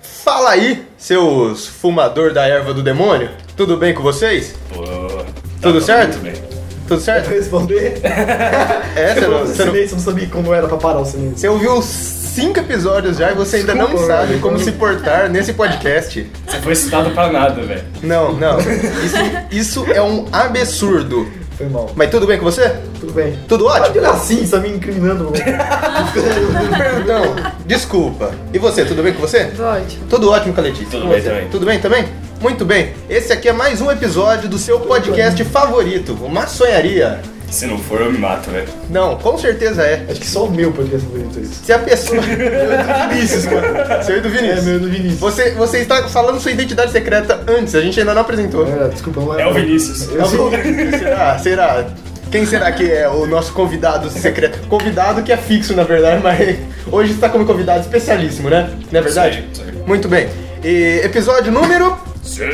Fala aí, seus fumador da erva do demônio. Tudo bem com vocês? Pô, tá Tudo certo? bem. Tudo certo? responder. É, você, eu não, não, você, não- silêncio, não sabia como era pra parar o silêncio. você ouviu os cinco episódios já e você ainda não Desculpa, sabe velho. como se portar nesse podcast. Você foi citado pra nada, velho. Não, não. Isso, isso é um absurdo. Foi mal. Mas tudo bem com você? Tudo bem. Tudo Para de ótimo? olhar assim, você tá me incriminando. Perdão, Então, desculpa. E você, tudo bem com você? Ótimo. Tudo ótimo com a Letícia. Tudo Com bem você? também. Tudo bem também? Muito bem. Esse aqui é mais um episódio do seu podcast favorito, o Maçonharia. Se não for, eu me mato, velho. Não, com certeza é. Acho que só o meu podcast é bonito isso. Se a pessoa. Vinícius, cara. Seu e do Vinícius. É, meu e do Vinícius. Você, você está falando sua identidade secreta antes, a gente ainda não apresentou. Tá É, desculpa, não É o Vinícius. Eu sou- será? Será? Quem será que é o nosso convidado secreto? Convidado que é fixo, na verdade, mas hoje está como convidado especialíssimo, né? Não é verdade? Sim, sim. Muito bem. E episódio número. Sim.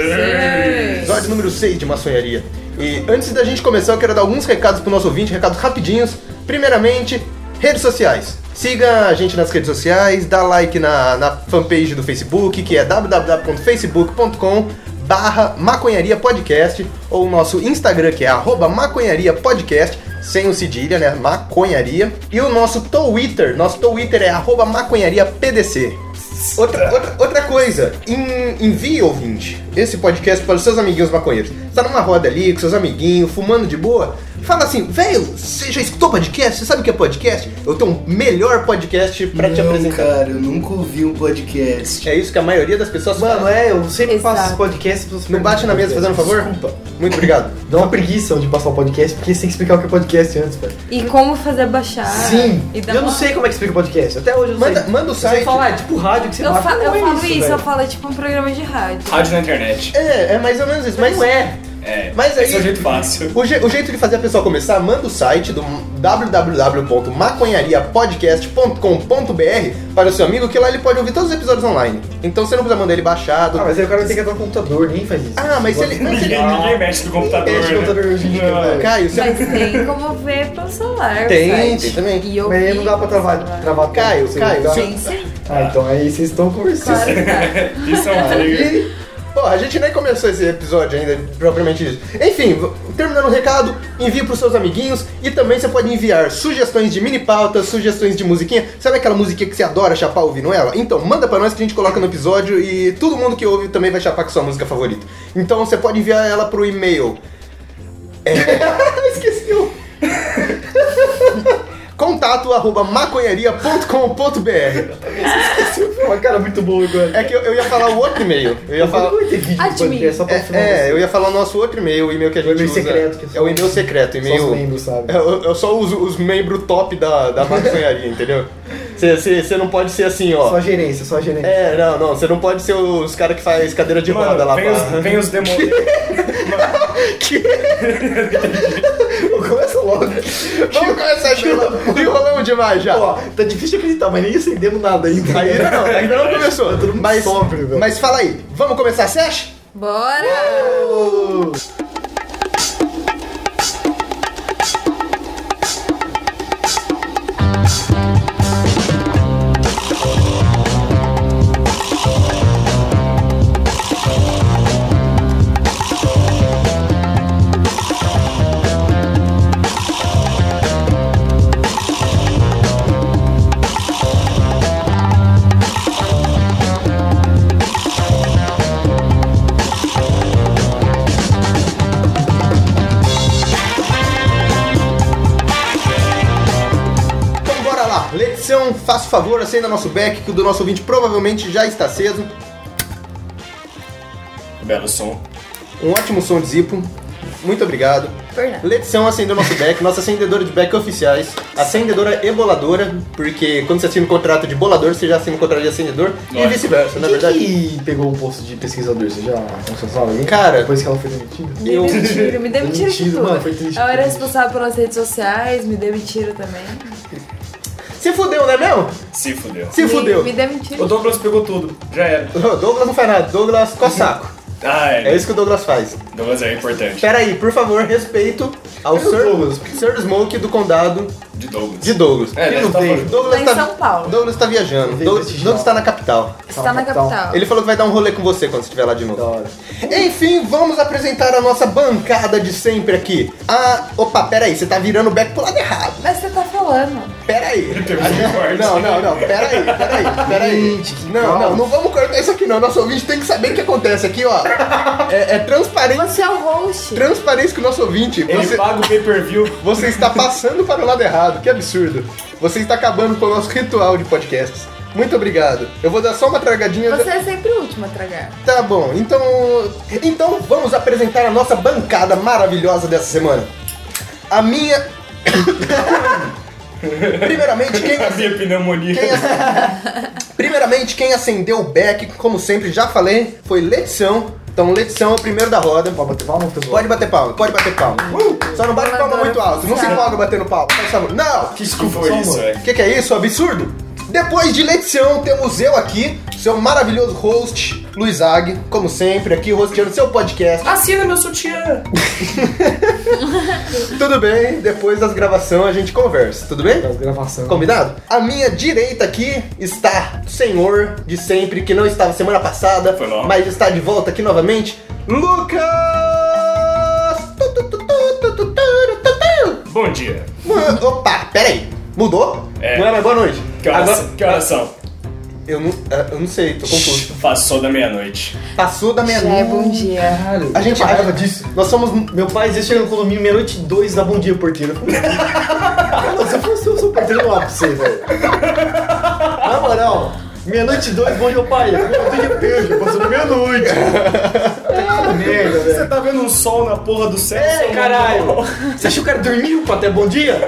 Episódio número 6 de maçonharia. E antes da gente começar, eu quero dar alguns recados pro nosso ouvinte, recados rapidinhos. Primeiramente, redes sociais. Siga a gente nas redes sociais, dá like na, na fanpage do Facebook, que é www.facebook.com barra maconharia podcast, ou o nosso Instagram, que é arroba maconharia podcast, sem o cedilha, né? Maconharia. E o nosso Twitter, nosso Twitter é arroba maconharia pdc. Outra, outra, outra coisa, en- envie ouvinte esse podcast para os seus amiguinhos maconheiros. Você tá numa roda ali com seus amiguinhos, fumando de boa. Fala assim, velho, você já escutou podcast? Você sabe o que é podcast? Eu tenho um melhor podcast para te Não, apresentar. cara, eu nunca ouvi um podcast. É isso que a maioria das pessoas Mano, fala. é, eu sempre Exato. faço os podcasts. as pessoas Não bate na mesa fazendo um favor? Desculpa. Muito obrigado. Dá uma preguiça de passar o podcast, porque você tem que explicar o que é podcast antes, velho. E como fazer baixar? Sim. Ah, E dar Eu não uma- sei como é que explica o podcast. Até hoje eu não Manda, sei. manda o Você site. fala, é tipo rádio que você Eu, fala. fa- eu "Não é falo isso, eu velho." falo é tipo um programa de rádio. Rádio na internet. É, é mais ou menos isso, mas Não é. É. Mas aí- Esse é o jeito fácil. O, je- o jeito de fazer a pessoa começar, manda o site do www.maconhariapodcast.com.br para o seu amigo, que lá ele pode ouvir todos os episódios online. Então você não precisa mandar ele baixado. Ah, mas aí o cara tem que entrar no computador, ninguém faz isso. Ah, mas se ele. Mas se ele... Ninguém, ninguém mexe no computador. mexe no computador né? hoje em dia, Não. velho. Caio, você... Mas tem como ver pelo celular. Tem, sabe? tem também. E eu Mas aí não dá pra travar, travar Caio, tudo, Caio, dá- Sim, sim. Tá. Ah, então aí vocês estão conversando. Claro que dá. Isso é um trigger. E, pô, a gente nem começou esse episódio ainda, propriamente isso. Enfim, v- terminando o recado, envie pros seus amiguinhos e também você pode enviar sugestões de mini pautas, sugestões de musiquinha. Sabe aquela musiquinha que você adora chapar ouvindo ela? Então, manda pra nós que a gente coloca no episódio e todo mundo que ouve também vai chapar com sua música favorita. Então, você pode enviar ela pro e-mail. É... Esqueci o... Contato arroba maconharia.com.br Uma cara muito boa agora. É que eu, eu ia falar o outro e-mail. Eu ia falar. Não vai ter vídeo do Admin. podcast, só pra É, é, eu ia falar o nosso outro e-mail, o e-mail que a O gente e-mail usa. secreto que é o só- e-mail secreto, e-mail. É, Só os membros, sabe? Eu, eu só uso os membros top da, da maconharia, entendeu? Você não pode ser assim, ó. Só a gerência, só a gerência. É, não, não, você não pode ser os caras que faz cadeira de roda Mano, lá vem pra... os, vem os demônios. Começa logo. Vamos começar a enrolamos demais já. Ó, tá difícil de acreditar, mas nem acendemos nada ainda. ainda não, ainda não começou. todo mundo mas, sofre, Tá velho. mas fala aí, vamos começar a sesh? Bora! Então bora lá. Letição, faça o favor, acenda nosso back, que o do nosso ouvinte provavelmente já está aceso. Belo som. Um ótimo som de zipo. Muito obrigado. Fernando. Letição acendeu nosso back, nossa acendedora de back oficiais, acendedora e boladora, porque quando você assina um contrato de bolador, você já assina um contrato de acendedor, e Lógico. vice-versa, na Quem verdade. que é pegou o posto de pesquisador? Você já consultava alguém? Cara- Depois que ela foi demitida? Me Eu- demitiram, me demitiram de Demitido, tudo. mano, foi triste. eu era responsável pelas redes sociais, me demitiram também. Se fudeu, né mesmo? Se fudeu. Se me, fudeu. Me um O demitiram. Douglas pegou tudo. Já era. O Douglas não faz nada, Douglas coçaco. Ah, É é. isso que o Douglas faz. Douglas é importante. Pera aí, por favor, respeito ao Cadê o Sir, Douglas? Sir Smoke do condado De Douglas. De Douglas. É, Ele deve não tá veio. falando. Douglas Lá em São Paulo. Douglas tá viajando. Veio Douglas, prestigiar. Douglas tá na capital. Está na capital. Ele falou que vai dar um rolê com você quando você estiver lá de Da novo. hora. Enfim, vamos apresentar a nossa bancada de sempre aqui. Ah, opa, peraí, você tá virando o back pro lado errado. Mas você tá falando. Peraí. Teve um corte. Não, não, não, peraí, peraí, peraí. Gente, que Não, caos. não, não vamos cortar isso aqui não. Nosso ouvinte tem que saber o que acontece aqui, ó. É, é transparente. Você é o host. Transparência com o nosso ouvinte. Ele Você, paga o pay-per-view. você está passando para o lado errado, que absurdo. Você está acabando com o nosso ritual de podcasts. Muito obrigado. Eu vou dar só uma tragadinha. Você é sempre o último a tragar. Tá bom, então. Então vamos apresentar a nossa bancada maravilhosa dessa semana. A minha. Primeiramente, quem. A minha pneumonia. quem ac- Primeiramente, quem acendeu o beck, como sempre já falei, foi Letição. Então, Letição é o primeiro da roda. Pode bater palma, pessoal? Pode bater palma, pode bater palma. Uh, só não bate palma muito alto, não se empolga batendo palma, faz favor. Não! Que desculpa foi isso, O velho? que, que é isso? Absurdo? Depois de Letição, temos eu aqui, seu maravilhoso host, Luiz Ag, como sempre, aqui hosteando seu podcast. Assina meu sutiã. Tudo bem, depois das gravações a gente conversa, tudo bem? Das gravações. Combinado? A minha direita aqui está o senhor de sempre, que não estava semana passada, Foi mal. mas está de volta aqui novamente, Lucas! Tu, tu, tu, tu, tu, tu, tu, tu, tu. Bom dia. Mu- Opa, peraí, mudou? É. Não era boa noite? Que horas, Agora- que horas são? Eu não, é, eu não sei, tô confuso. Tá Faço sol da meia-noite. Passou da Já é bom meia-noite. dia. Caralho. A gente eu tenho raiva disso. Nós somos. Meu pai, às vezes, chega no condomínio meia-noite e dois, dá bom dia, porteiro. Cara, se eu fosse o seu porteiro, eu lá pra você, velho. Na moral, meia-noite e dois, bom dia, pai. Eu tenho que ter, já passou da meia-noite. Puta merda, velho. Você tá vendo um sol na porra do céu? um É, caralho! Você achou que o cara dormiu pra ter bom dia?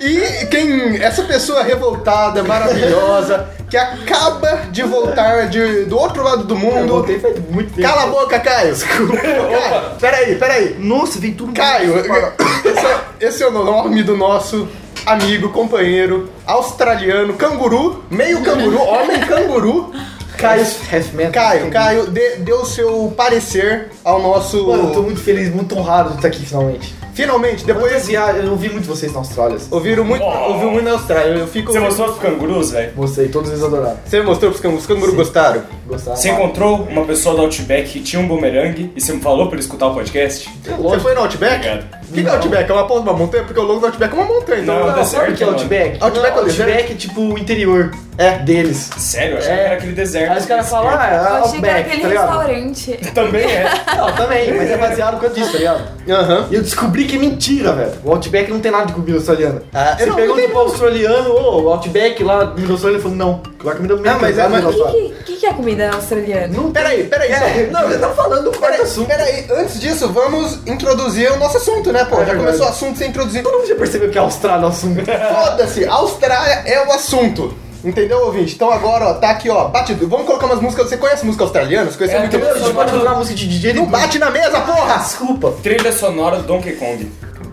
E quem. Essa pessoa revoltada, maravilhosa, que acaba de voltar de, do outro lado do Eu mundo. voltei faz muito tempo. Cala a boca, Caio! Desculpa. Caio, peraí, peraí. Nossa, vem tudo Caio, esse é, esse é o nome do nosso amigo, companheiro, australiano, canguru, meio canguru, homem canguru. Caio Caio Hefman. Caio, Caio, dê, dê o seu parecer ao nosso. Mano, eu tô muito feliz, muito honrado de estar aqui finalmente. Finalmente, depois Depois eu viagem, eu ouvi muito vocês na Austrália. ouviram muito, Oh. ouviu muito na Austrália. Eu fico. Você mostrou pro cangurus, velho? Mostrei, todos eles adoraram. Você mostrou pros cangurus, os cangurus Sim. gostaram. Gostaram. Você encontrou uma pessoa do Outback que tinha um bumerangue e você me falou pra ele escutar o podcast? Você foi no Outback? Obrigado. O que, que é Outback? É uma ponta de uma montanha? Porque o logo do Outback é uma montanha, então. Não, Não, deserto, sabe o que é mano. Outback? Outback é Não, o deserto? Outback é tipo o interior É. deles. Sério? Eu achava É. que era aquele deserto. Aí os caras falam, ah, é Eu achei que era Outback, aquele tá ligado? restaurante. Também é. Não, também, mas é baseado quanto disso, tá ligado? Aham. E eu descobri que é mentira, velho. O Outback não tem nada de comida australiana. Ah, eu Você não- pergunta não tem pro australiano, ô, o Outback lá, comida australiana, ele falou, não. Lá é comida americana. mas é- lá mas- comida O australiana. que, que, que é comida australiana? Não Peraí, peraí. É, só- não, eu tô falando do quarto Peraí, assunto. peraí, antes disso, vamos introduzir o nosso assunto, né, pô? É Já verdade. começou o assunto sem introduzir. Todo mundo já percebeu que a Austrália é o assunto. Foda-se, Austrália é o assunto. Entendeu, ouvinte? Então agora, ó, tá aqui, ó, batido. Vamos colocar umas músicas. Você conhece música australiana? Você conhece É, muito tem A gente música? pode colocar uma música de DJ Não de- bate na mesa, Ah, porra! Desculpa. Trilha sonora do Donkey Kong.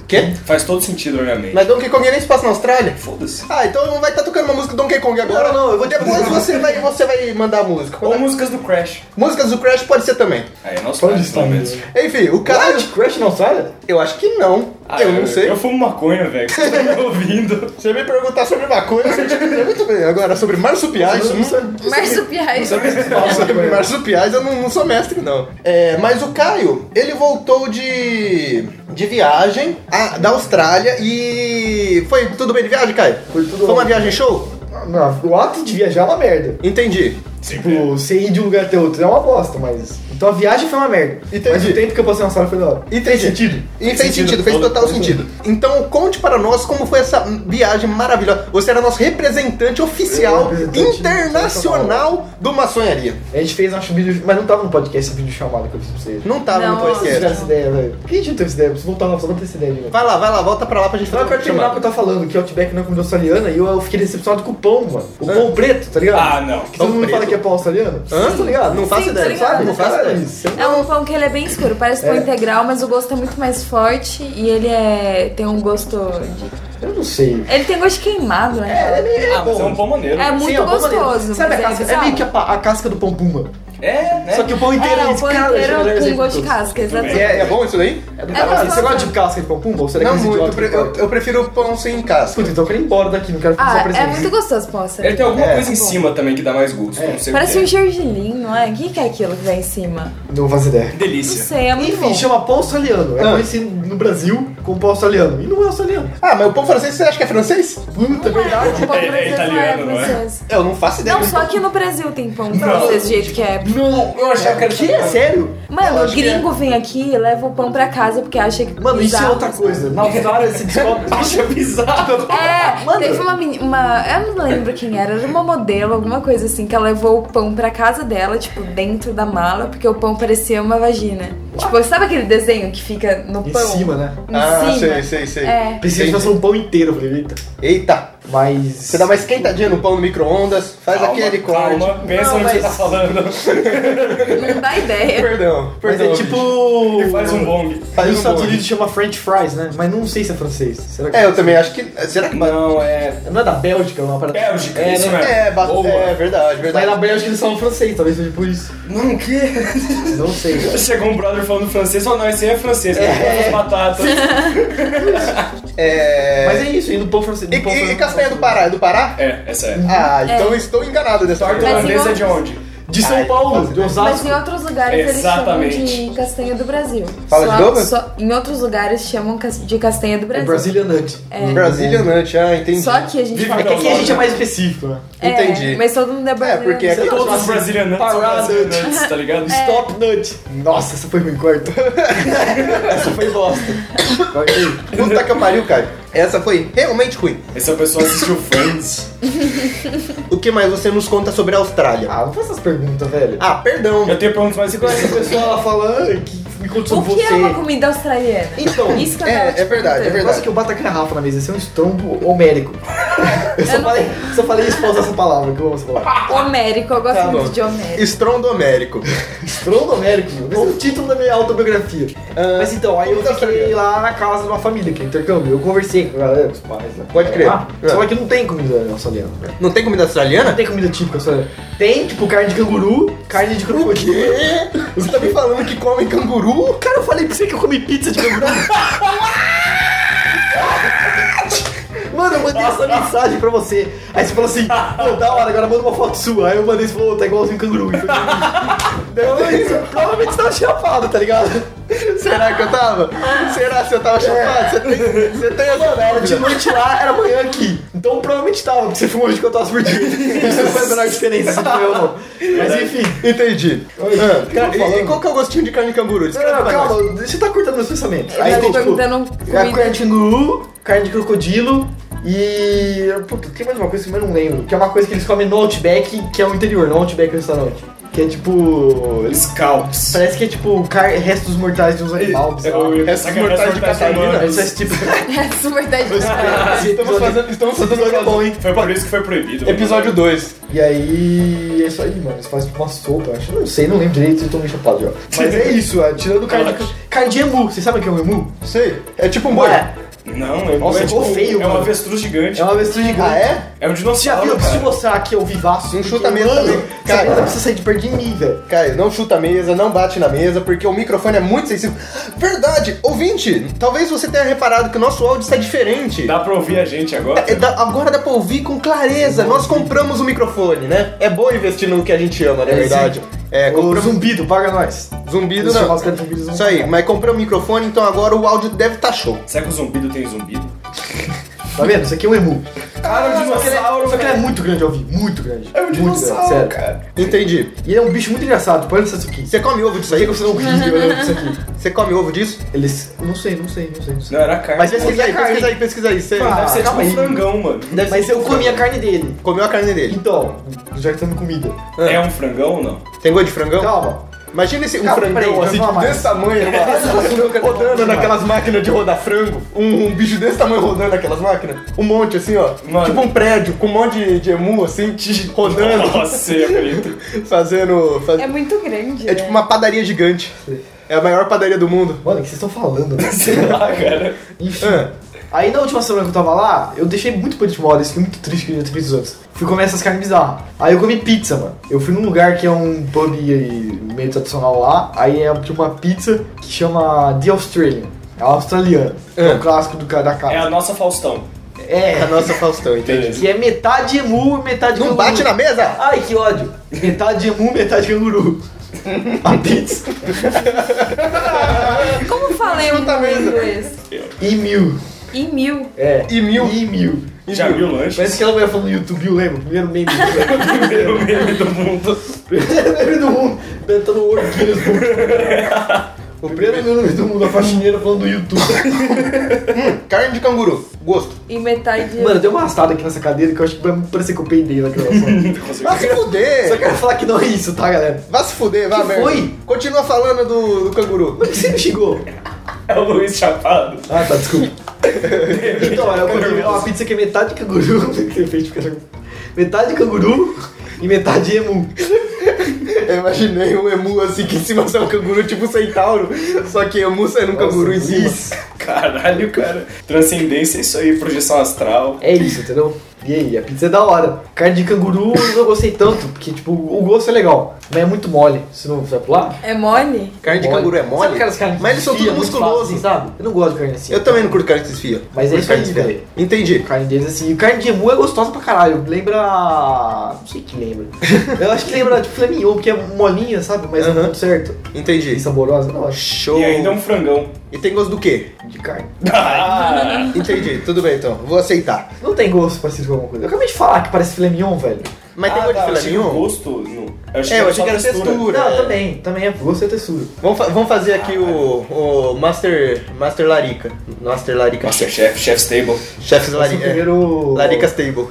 Quê? Faz todo sentido na minha mente. Mas Donkey Kong nem se passa na Austrália? Foda-se. Ah, então vai estar tocando uma música do Donkey Kong agora. Não, não, eu vou te Depois fazer uma- você vai, você vai mandar a música. Ou músicas do Crash. Músicas do Crash pode ser também. Aí, é nosso Pode Crash, estar pelo menos. mesmo. Enfim, o cara. Crash? Crash na Austrália? Eu acho que não. Ah, eu não sei. Eu fumo maconha, velho. que Você tá me ouvindo. Você me perguntar sobre maconha, eu te diria muito bem. Agora, sobre marsupiais, hum, eu não sou- Marsupiais. sobre marsupiais eu não, não sou mestre, não. É, mas o Caio, ele voltou de, de viagem a- da Austrália e. Foi tudo bem de viagem, Caio? Foi tudo Foi uma bem. viagem show? Não, o ato de viajar é uma merda. Entendi. Sim, Tipo, você ir de um lugar até outro é uma bosta, mas. Então a viagem foi uma merda. Entendi. Mas o tempo que eu passei na sala foi da hora. Entendi. Fez sentido? E fez sentido, sentido, fez todo- total sentido. Então conte para nós como foi essa viagem maravilhosa. Você era nosso representante oficial representante internacional do maçonharia. A gente fez acho, um vídeo. Mas não tava no podcast esse vídeo chamado que eu fiz pra vocês. Não tava no Não, Vocês tiveram podcast. essa ideia, velho. Por que a gente não teve essa ideia? Eu preciso voltar lá, só não ter essa ideia de novo. Vai lá, vai lá, volta pra lá pra gente Não, eu quero terminar o que eu tava falando, que Outback não é comida australiana e eu, eu fiquei decepcionado com o pão, mano. O É. pão preto, tá ligado? Ah, não. Que todo pão mundo preto. fala que é pão australiano. Hã? Vocês tão ligado? Tá Não faço Sim, ideia, tô ligado. sabe? Não faço Cara, ideia. isso é É um pão que ele é bem escuro, parece pão É. integral, mas o gosto é muito mais forte e ele é tem um gosto de... Eu não sei. Ele tem gosto de queimado, né? meio Ah, mas é um pão maneiro. É muito alguma gostoso, maneira. Sabe mas a é casca? É bizarro. meio que a, pa- a casca do pão puma. É, né? Só que o pão inteiro É, é o esse, pão cara, inteiro é o melhor com exemplo gosto de de todos. casca, E exatamente. é, é bom isso daí? É do É caralho. gostoso. Você gosta de casca de pão pumba? Você Não muito, eu, pre- eu- eu prefiro pão sem casca. Puta, então eu quero ir embora daqui, não quero Ah, fazer é presença. muito gostoso, poça. Ele tem alguma É, coisa em bom. cima também que dá mais gosto. Não sei Parece o um que. gergelim, não é? O que que é aquilo que vem em cima? Não faço ideia. é. Não Delícia. sei, é muito Enfim, bom. chama pão australiano. É Ah. conhecido no Brasil como pão australiano. E não é australiano. Ah, mas o pão francês você acha que é francês? Puta, é verdade. O um pão É- é francês italiano, não não é é? francês. Eu não faço ideia. Não, só que no Brasil tem pão francês do jeito que é. Não, eu achava que era Que? É sério? Mano, acho que é. gringo vem aqui e leva o pão pra casa porque acha que. Mano, isso é bizarro. outra coisa. Na Austrália se descobre. Acha bizarro. É, Mano. teve uma, meni- uma. Eu não lembro quem era, era uma modelo, alguma coisa assim, que ela levou o pão pra casa dela, tipo, dentro da mala, porque o pão parecia uma vagina. Tipo, sabe aquele desenho que fica no Em pão? cima, né? Em Ah, cima? sei, sei, sei. É. Pensei que fosse um pão inteiro, eu falei, eita. Eita, Mas. você dá uma esquentadinha no pão no micro-ondas, faz Calma, aquele corte. Calma, pensa Não, onde você mas- tá falando. Não dá ideia. Perdão, Mas perdão. é bicho. tipo. E faz um bong. Faz um Nos Estados bom. Unidos chama French fries, né? Mas não sei se é francês. Será que É, eu também acho que. Será que. Não, é. Não é da Bélgica, uma parada. Bélgica, é, isso né? mesmo. É, ba- Boa. é verdade, Mas na verdade. Bélgica eles falam francês, talvez seja por isso. Não, o quê? Não sei. Chegou um brother falando francês, ou não, esse aí é francês, é. as batatas. É. Mas é isso, indo pão francês. E, do pão e, e francês- castanha do Pará? É do Pará? É, essa é. Ah, então estou enganado dessa Torta vez. Mas em holandesa é outros- de onde? De São Ai, Paulo, de Mas Osasco. em outros lugares eles Exatamente. chamam de castanha do Brasil. Fala de só, novo? só- Em outros lugares chamam cas- de castanha do É Brasil. Brasília Nut. É. Brasília Nut, ah, entendi. Só que a gente Viva fala. É que aqui a gente é mais específico, né? É, Entendi. mas todo mundo é brasileiro. porque aqui- né? Todos os brasileiros são Parada. brasileiros, tá ligado? É. Stop Nut. Nossa, essa foi ruim, corta. essa foi bosta. Corta aí. Puta que pariu, cara. Essa foi realmente ruim. Essa pessoa assistiu Friends. O que mais você nos conta sobre a Austrália? Ah, não faça essas perguntas, velho. Ah, perdão. Eu tenho perguntas mais Agora a específicas. pessoa ela fala, "Ai, que me conta O sobre que é você. uma comida australiana? Então, Isso que eu tava é, te é verdade, é perguntando. verdade. Quase que eu bato a garrafa na mesa, esse é um estrombo homérico. eu só não- falei, só falei isso pra usar essa palavra, que eu amo essa palavra. Homérico, eu gosto Tá muito bom. de Homérico. Estrondo Américo. Estrondo homérico, meu. Esse é o título da minha autobiografia. Ah, Mas então, aí eu comida fiquei australiana. lá na casa de uma família, que é intercâmbio. Eu conversei com a galera, com os pais. né? Pode crer. Ah, É. Só que não tem comida australiana, velho. Não tem comida Não australiana? tem comida típica australiana. Tem, tipo, carne de canguru, carne de crocodilo. Você tá me falando que comem canguru? Cara, eu falei pra você que eu comi pizza de canguru. Mano, eu mandei essa mensagem pra você. Aí você falou assim, pô, da hora, agora manda uma foto sua. Aí eu mandei e você falou, tá igualzinho canguru. Então, eu falei, isso, provavelmente você tava chapado, tá ligado? Será que eu tava? Será que eu tava chapado? Você tem, você tem essa Era de dúvida? noite lá, era manhã aqui. Então provavelmente tava, porque você fumou de quantas por dia. Isso não faz a menor diferença, se foi ou não. Mas enfim. Entendi. Oi, Ah, o que eu tava e- e, falando? qual que é o gostinho de carne de canguru? Não, não, Descreve pra nós. calma, você tá cortando meus pensamentos. tipo, Eu tava perguntando É comida. carne de canguru, carne de crocodilo e. Puta, tem mais uma coisa que eu não lembro. Que é uma coisa que eles comem no Outback, que é o interior, no Outback restaurante. Que é tipo. Eles... Scalps. Parece que é tipo car... restos mortais de uns É, animais. sei lá. Eu- eu- Essa essa cara- mortais de essa Catarina. mortais- Isso é esse tipo. É super verdade. Estamos fazendo, estamos fazendo Episódio bom, hein? Foi por isso que foi proibido. Episódio 2. E aí. É isso aí, mano. Eles fazem tipo uma sopa, eu acho. Eu Não sei, não lembro direito, eu tô meio chapado já. Mas é isso, ó, tirando carne de. Carne de emu. Vocês sabem o que é um emu? Sei. É tipo um boi. Ué, Não, é, Nossa, é, ficou tipo- feio, é um mano. avestruz gigante. É uma avestruz gigante. Ah, é? É um Já viu? dinossauro, Eu preciso te cara. mostrar aqui o vivaço. Não porque, chuta mesmo mano, também. Cara. um Cara, você precisa sair de perto de mim, velho. Caio, não chuta a mesa, não bate na mesa, porque o microfone é muito sensível. Verdade! Ouvinte, talvez você tenha reparado que o nosso áudio está diferente. Dá pra ouvir a gente agora? É, dá- agora dá pra ouvir com clareza. Nós compramos o microfone, né? É bom investir no que a gente ama, na É, verdade. sim. É, O compramos zumbido, paga nós. zumbido, Deixa eu não. chamar os caras de zumbido, né? Isso aí, mas compramos o microfone, então agora o áudio deve estar show. Será que o zumbido tem zumbido? Tá vendo? Isso aqui é um emu. Cara, é um Só que ele é- dinossauro, Só que ele é cara. muito grande ao vivo. Muito grande. É um Muito dinossauro, grande, sério. cara. Entendi. E ele é um bicho muito engraçado. Pode ser isso é aqui. Você come ovo disso Por aí? que você não ri olhando um né? isso aqui? Você come ovo disso? Eles... Não sei, não sei, não sei. Não sei. Não, era carne. Mas pesquisa aí, É, Carne. pesquisa aí, pesquisa aí. Você Ah, Deve ser tipo calma um aí. frangão, mano. deve ser Mas eu tipo comi a frango. carne dele. comeu a carne dele. Então, já que tá comida. É um frangão ou não? Tem gosto de frangão? Calma. Imagina esse um Calma, frangão peraí, assim, eu vou falar desse mais. tamanho, é mano, rodando naquelas máquinas de rodar frango. Um, um bicho desse tamanho rodando naquelas máquinas. Um monte assim, ó. Mano. Tipo um prédio com um monte de, de emu assim, rodando, Nossa, é bonito. fazendo. faz- É muito grande. É tipo uma padaria gigante. É a maior padaria do mundo. né? Mano, o que vocês estão falando? velho? Sei lá, cara. Enfim. Ah, É. Aí na última semana que eu tava lá, eu deixei muito por última hora, isso fiquei muito triste que eu já tinha feito os outros. Fui comer essas carnes bizarras. Aí eu comi pizza, mano. Eu fui num lugar que é um pub aí, meio tradicional lá, aí é tipo uma pizza que chama The Australian. É australiana. É, Ah. um clássico do, ca- da É a casa. nossa Faustão. É a É, nossa Faustão, entende? Beleza. que é metade emu e metade Não canguru. bate na mesa! Ai, que ódio. Metade emu, metade canguru. A pizza. Como fala em Junta a mesa. inglês? E mil. E mil. É. E mil. E mil. Já viu o lanche? Parece que ela vai falando no YouTube, eu lembro. Primeiro meme. Primeiro meme do mundo. Primeiro meme do mundo. Tá no World Guinness Book. O primeiro meme do mundo, a faxineira falando do YouTube. Carne de canguru. Gosto. E metade. Mano, deu uma assada aqui nessa cadeira que eu acho que vai parecer que eu peidei na gravação. Vá se Só fuder! quero falar que não é isso, tá, galera? Vá se fuder, vá Que merda. foi? Continua falando do, do canguru. Por que você me xingou? É o Luiz Chapado. Ah, tá, desculpa. então, era comi uma pizza que é metade canguru. que fez de canguru. Metade canguru e metade emu. Eu imaginei um emu assim que em cima sai um canguru tipo um centauro. Só que emu sai num canguru em cima. Isso. Caralho, cara. Transcendência, é isso aí, projeção astral. É isso, entendeu? E aí, a pizza é da hora. Carne de canguru eu não gostei tanto, porque, tipo, o gosto é legal, mas é muito mole. Você não vai pular? É mole? Carne de canguru é mole? Sabe aquelas carnes que Mas eles são desfiam tudo muito fácil, musculosos. sabe? Eu não gosto de carne assim. Eu também não curto carne que desfia. Mas é isso Carne aí, desfia. velho. Entendi. Carne deles assim. E carne de emu é gostosa pra caralho. Lembra. Não sei o que lembra. Eu acho que lembra de flamingão, porque é molinha, sabe? Mas é Aham. muito certo. Entendi. E saborosa, não acho. Show. E ainda é um frangão. E tem gosto do quê? De carne. Ah, Entendi. Tudo bem então. Vou aceitar. Não tem gosto parecido com alguma coisa. Eu acabei de falar que parece filé mignon, velho. Mas tem ah, gosto tá, de filé achei que o nenhum? gosto. No... Eu achei É, eu era achei só que era textura. Não, é. também. Também é gosto e textura. Vamos, fa- vamos fazer aqui o, o Master Master Larica. Master Larica. Masterchef, Chef's Table. Chefs Nosso Larica. é. primeiro. Laricas Table.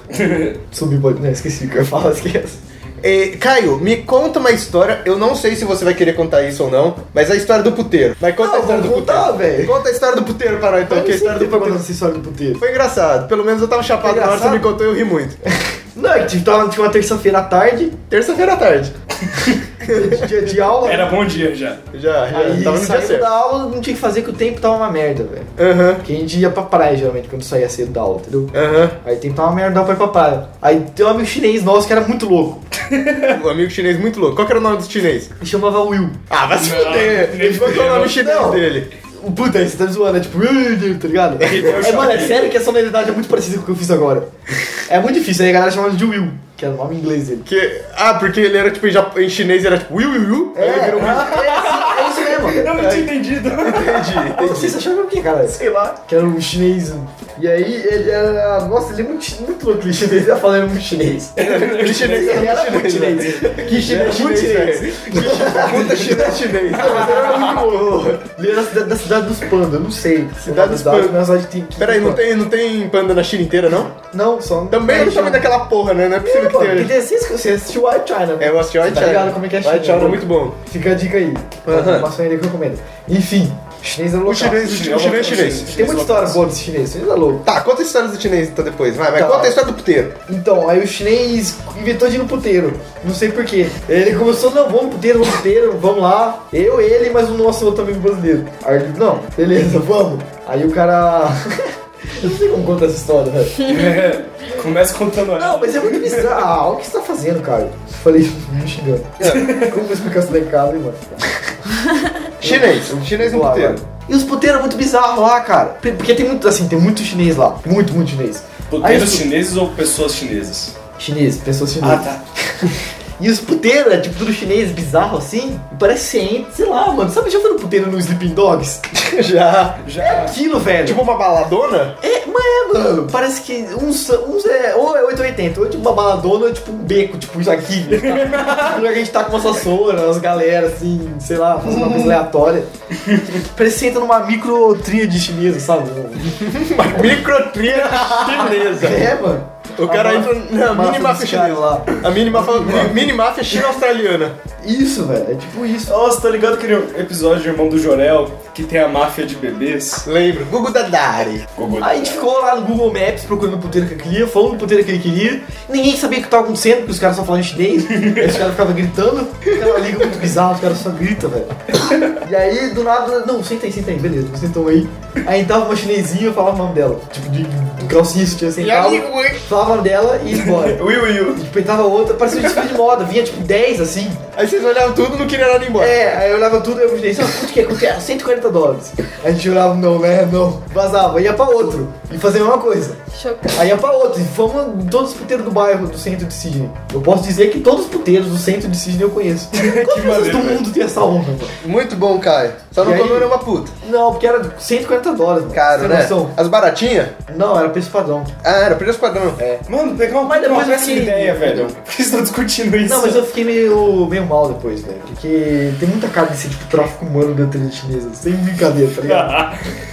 Subir pode. Não, esqueci o que eu ia falar, esquece. Eh, Caio, me conta uma história. Eu não sei se você vai querer contar isso ou não, mas a história do puteiro. Mas conta Não, a história do vou contar, puteiro. velho. Conta a história do puteiro para nós, então, que a história do problema puteiro. dessa história do puteiro. Foi engraçado. Pelo menos eu tava chapado Foi na hora que você me engraçado? contou e eu ri muito. Não, é que tipo, tava tipo, uma terça-feira à tarde, Terça-feira à tarde. dia de aula. Era bom dia já. Já, já. Aí tava no dia saiu certo. da aula, não tinha o que fazer que o tempo tava uma merda, velho. Aham, Porque a gente ia pra praia geralmente quando saía cedo da aula, entendeu? aham. Aí o tempo tava uma merda, dava pra ir pra praia. Aí tem um amigo chinês nosso que era muito louco. Um amigo chinês muito louco. Qual que era o nome do chinês? Ele chamava Will. Ah, vai se Não, fuder. nem Ele contou o nome fudeu. chinês Não. dele. Puta, aí você tá me zoando, é tipo, tá ligado? É, mano, é sério que a sonoridade é muito parecida com o que eu fiz agora. É muito difícil, aí a galera chamava ele de Will, que era o nome em inglês dele. Que, ah, porque ele era tipo em, jap- em chinês, era tipo Will, Will, Will. Aí ele virou Will. é isso mesmo. Eu não tinha entendido. Entendi, entendi. Vocês acharam o que, cara? Sei lá. Que era um chinês. E aí ele era. Nossa, ele é muito, chi- muito louco, ele chinês. Ele tá falando muito chinês. Ele chinês Ele era muito chinês. chinês. Que Era chinês muito chinês, velho. Puta chinês chinês. Mas era muito louco. Ele era da cidade, da cidade dos pandas, eu não sei. Cidade dos Cidade- Pandas. na cidade tem- Peraí, não tem, não tem panda na China inteira, não? Não, só. Também é o tamanho daquela porra, né? Não é possível É, que mano, tenha. que tem vocês que você assistiu White China. né? É, eu assisti o Tá White China. ligado como é que é a White China, China é né? muito bom. Fica a dica aí. Aham. Uma maçã aí que eu recomendo. Enfim, chinês é louco. O chinês, o China, chinês, o o chinês. chinês. Tem muita história boa desse chinês, chinês é louco. Tá, conta a história do chinês então depois, vai, mas Tá. conta a história do puteiro. Então, aí o chinês inventou de ir no puteiro. Não sei porquê. Ele começou, não, vamos no puteiro, vamos no puteiro, vamos lá. Eu, ele, mas o nosso outro amigo brasileiro. Aí ele, não, beleza, vamos. Aí o cara. Eu não sei como conta essa história, velho. É, Começa contando ela. Não, mas é muito bizarro. Ah, olha o que você tá fazendo, cara? Falei, me xingando. É, Como vou explicar isso lá em casa, hein, mano? Chinês, chinês no Vamos lá, puteiro. vai. E os puteiros é muito bizarro lá, cara. Porque tem muito, assim, tem muito chinês lá. Muito, muito chinês. Aí Puteiros os- chineses ou pessoas chinesas? Chinês, pessoas chinesas. Ah, tá. E os puteiros, é tipo tudo chinês bizarro assim. E parece ciente, sei lá, mano. Sabe, já foi no puteiro no Sleeping Dogs? Já. Já. tá. Aquilo, velho. Tipo uma baladona? é, mas é, mano. Parece que uns, uns é. Ou é 880, ou é tipo uma baladona, ou é tipo um beco, tipo isso aqui. Tá? tipo, um lugar que a gente tá com uma sassoura, umas galera assim, sei lá, fazendo uma coisa aleatória. Parece que você entra numa micro tríade chinesa, sabe? Ah, Uma microtria chinesa. É, mano. O cara A entra na máfia mini máfia dos caras chinesa. lá. A mini máfia, mi- mini máfia china-australiana. Isso, velho. É tipo isso. Nossa, tá ligado aquele episódio de Irmão do Jorel que tem a máfia de bebês? Lembro. Gugu Dadari. Gogô. Aí a gente ficou lá no Google Maps procurando o puteiro que ele queria, falando o puteiro que ele queria. Ninguém sabia o que tava acontecendo, porque os caras só falavam chinês. aí os caras ficavam gritando. Aquela liga muito bizarra, os caras só gritam, velho. E aí, do nada, não, senta aí, senta aí, beleza, vocês estão aí. Aí tava uma chinesinha, eu falava o nome dela. Tipo, de calcinha, tinha sentado. Falava o nome dela e ia embora. Will Will. E peitava outra, parecia um desfile de moda, vinha tipo 10 assim. Aí vocês olhavam tudo e não queriam nada embora. É, aí eu olhava tudo e eu falei, sabe quanto que é? Quanto que é? 140 dólares. A gente olhava, não, né? Não. Vazava, ia pra outro. E fazia a mesma coisa. Chocante. Aí ia pra outro. E fomos em todos os puteiros do bairro, do centro de Sydney. Eu posso dizer que todos os puteiros do centro de Sydney eu conheço. Quantas pessoas maneiro, do velho. mundo tem essa honra, mano? É, Muito bom, Caio. Só não E aí? comeu nenhuma puta. Não, porque era 140 dólares. mano. Caro, Sem né? noção. As baratinhas? Não, era preço padrão. Ah, era preço padrão. É. Mano, pegar uma, Mas depois uma eu péssima fiquei- ideia, velho. Por que vocês estão discutindo isso? é Não, mas eu fiquei meio, meio mal depois, velho. Porque tem muita cara de ser, tipo, tráfico humano dentro de chinesa. Sem brincadeira, tá ligado?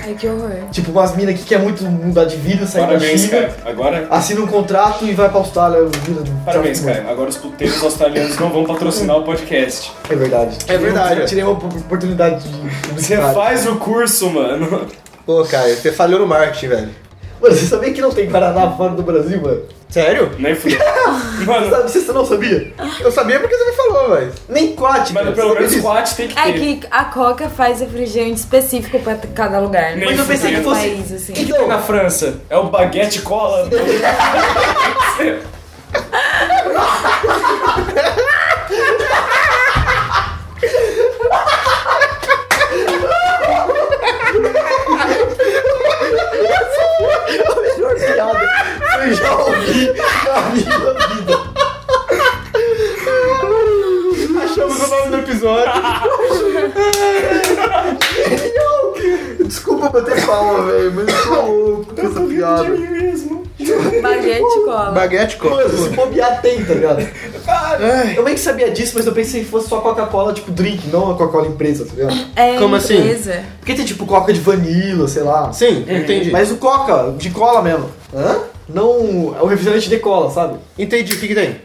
Ai, que horror. tipo, umas minas que quer muito mudar de vida, sair da Parabéns, China. cara. Agora. assina um contrato e vai pra Austrália. vira- Parabéns, sabe? cara. Agora os puteiros australianos não vão patrocinar o podcast. É verdade. É verdade. Eu tirei uma op- oportunidade de Você publicidade. faz o curso, mano. Pô, Caio, você falhou no marketing, velho. Mano, você sabia que não tem Guaraná fora do Brasil, mano? Sério? Nem fudeu. Mano, Sabe, você não sabia? Eu sabia porque você me falou, velho. Nem Quat, mas cara, pelo menos você sabia disso? squat tem que ter. É que a Coca faz refrigerante específico pra cada lugar. né? Tipo, Nem Mas eu pensei que Cada fosse. país, assim. Tem na Então, França. É o baguete cola. a é melhor piada que eu já ouvi na minha vida. Achamos o nome do episódio. Desculpa bater palma, velho, mas eu tô louco com essa piada. Baguete cola. Baguete cola. Mano, se bobear tem, tá ligado? Ai. Eu meio que sabia disso, mas eu pensei que fosse só Coca-Cola, tipo, drink, não a Coca-Cola empresa, tá ligado? É Como assim? empresa. Porque tem tipo coca de vanilla, sei lá. Sim, entendi. Mas o coca, de cola mesmo. Hã? Não. é O refrigerante de cola, sabe? Entendi, o que, que tem?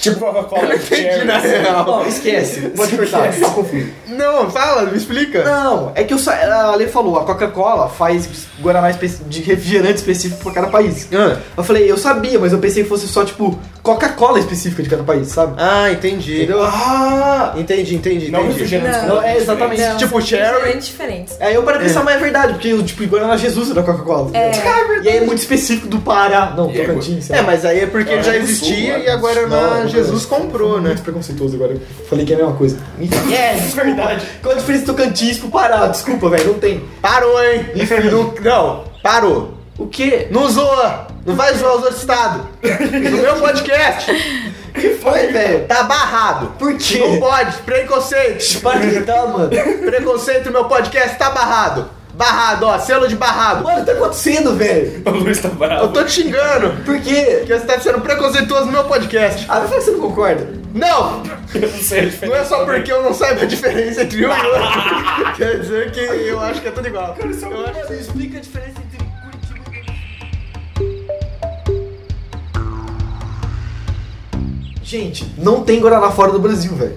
Tipo Coca-Cola. Entendi na Cherry. real. Não, É, esquece. Pode cortar, tá confuso. Não, fala, me explica. Não, é que o sa- a Ale falou, a Coca-Cola faz Guaraná espe- de refrigerante específico pra cada país. Ah, Eu falei, eu sabia, mas eu pensei que fosse só, tipo, Coca-Cola específica de cada país, sabe? Ah, entendi. Entendeu? Ah! Entendi, entendi, Não entendi. refrigerante. Não, é exatamente. Não, Tipo são cherry? refrigerantes diferentes. Aí eu parei de pensar, mas é verdade, porque, tipo, Guaraná Jesus é da Coca-Cola. É. E aí é muito específico do Pará. Não, E é Tocantins. sei É, lá. mas aí é porque Não, ele já é do sul, existia é do e agora Não, na não, Jesus não. comprou, né? Muito preconceituoso É agora. Eu falei que é a mesma coisa. É, verdade. Qual a diferença do Tocantins pro Pará? Desculpa, velho, não tem. Parou, hein? não, não, parou. O quê? Não zoa! Não vai zoar os outros estados! No meu podcast! O que foi, velho? Tá barrado! Por quê? Não pode! Preconceito! Para de gritar, mano. Preconceito no meu podcast tá barrado! Barrado, ó, selo de barrado! Mano, o que tá acontecendo, velho? O Luiz tá bravo. Eu tô te xingando! Por quê? Porque você tá sendo preconceituoso no meu podcast! Ah, não fala que você não concorda. Não! Eu não sei a Não diferença. é só porque eu não saiba a diferença entre um e outro! Quer dizer que eu acho que é tudo igual. um Eu acho que Explica a diferença entre Curitiba e... Gente, não tem Guaraná fora do Brasil, velho.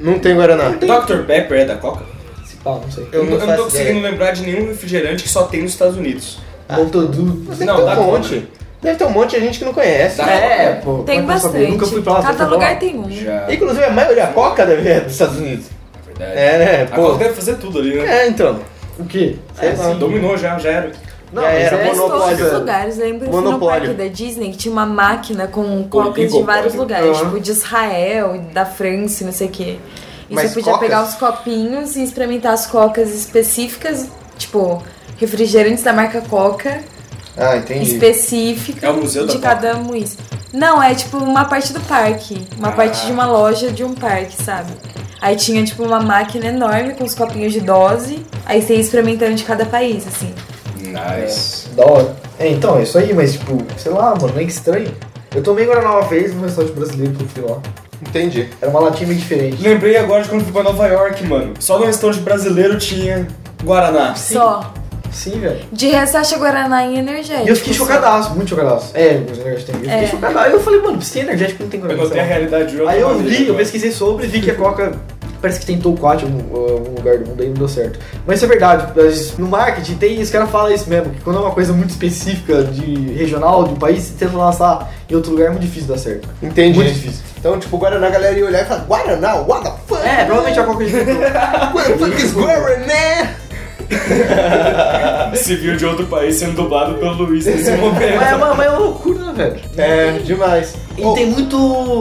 Não tem Guaraná. Dr. Pepper é da Coca? Se pá, não sei. Eu Eu, não não, eu não faço tô conseguindo lembrar de nenhum refrigerante que só tem nos Estados Unidos. Ah, Montadu. Deve Não, ter um dá monte. Deve ter um monte de gente que não conhece. Dá. É, pô. Tem vai saber. bastante. Nunca fui pra lá. você Cada foi pra lugar lá? tem um. Já. Inclusive, a maioria, a Coca deve é dos Estados Unidos. É verdade. É, né? A Pô. Coca deve fazer tudo ali, né? É, então. O quê? Sei lá. É, Dominou já, já era. Não, Já mas era, é Mas todos os Monopólio. lugares, lembro que no Monopólio. parque da Disney que tinha uma máquina com cocas de Oligopólio. vários lugares, Aham. tipo de Israel, e da França e não sei o quê. E Mas você podia cocas? pegar os copinhos e experimentar as cocas específicas, tipo, refrigerantes da marca Coca, Ah, entendi. específica É o museu da de cada muís. Não, é tipo uma parte do parque, uma Ah. parte de uma loja de um parque, sabe? Aí tinha tipo uma máquina enorme com os copinhos de dose, aí você ia experimentando de cada país, assim. Nice. Da hora. É, então, é isso aí, mas tipo, sei lá, mano, nem que estranho. Eu tomei Guaraná uma vez num restaurante brasileiro que eu fui lá. Entendi. Era uma latinha meio diferente. É. Lembrei agora de quando fui pra Nova York, mano. Só no restaurante brasileiro tinha Guaraná. Só. Sim, velho. De ressacha Guaraná e energético. E eu fiquei assim. chocadaço, muito chocadaço. É, os energéticos tem. Eu fiquei É. chocadaço. Aí eu falei, mano, se tem energético, não tem Eu coração. notei a realidade de outra Aí eu maneira li, eu agora. pesquisei sobre, vi que a Coca parece que tentou o em algum algum lugar do mundo aí não deu certo. Mas isso é verdade, mas no marketing tem, os caras falam isso mesmo, que quando é uma coisa muito específica de regional, de um país, se tenta lançar em outro lugar é muito difícil dar certo. Entendi. Muito difícil. Então, tipo, o Guaraná, a galera ia olhar e falar, Guaraná, what the fuck? É, provavelmente a Coca já tentou. What the fuck is Guaraná? Ah, Se viu de outro país sendo dublado pelo Luiz nesse momento. mas, é uma, mas é uma loucura, né, velho? É, demais. E Oh, tem muito.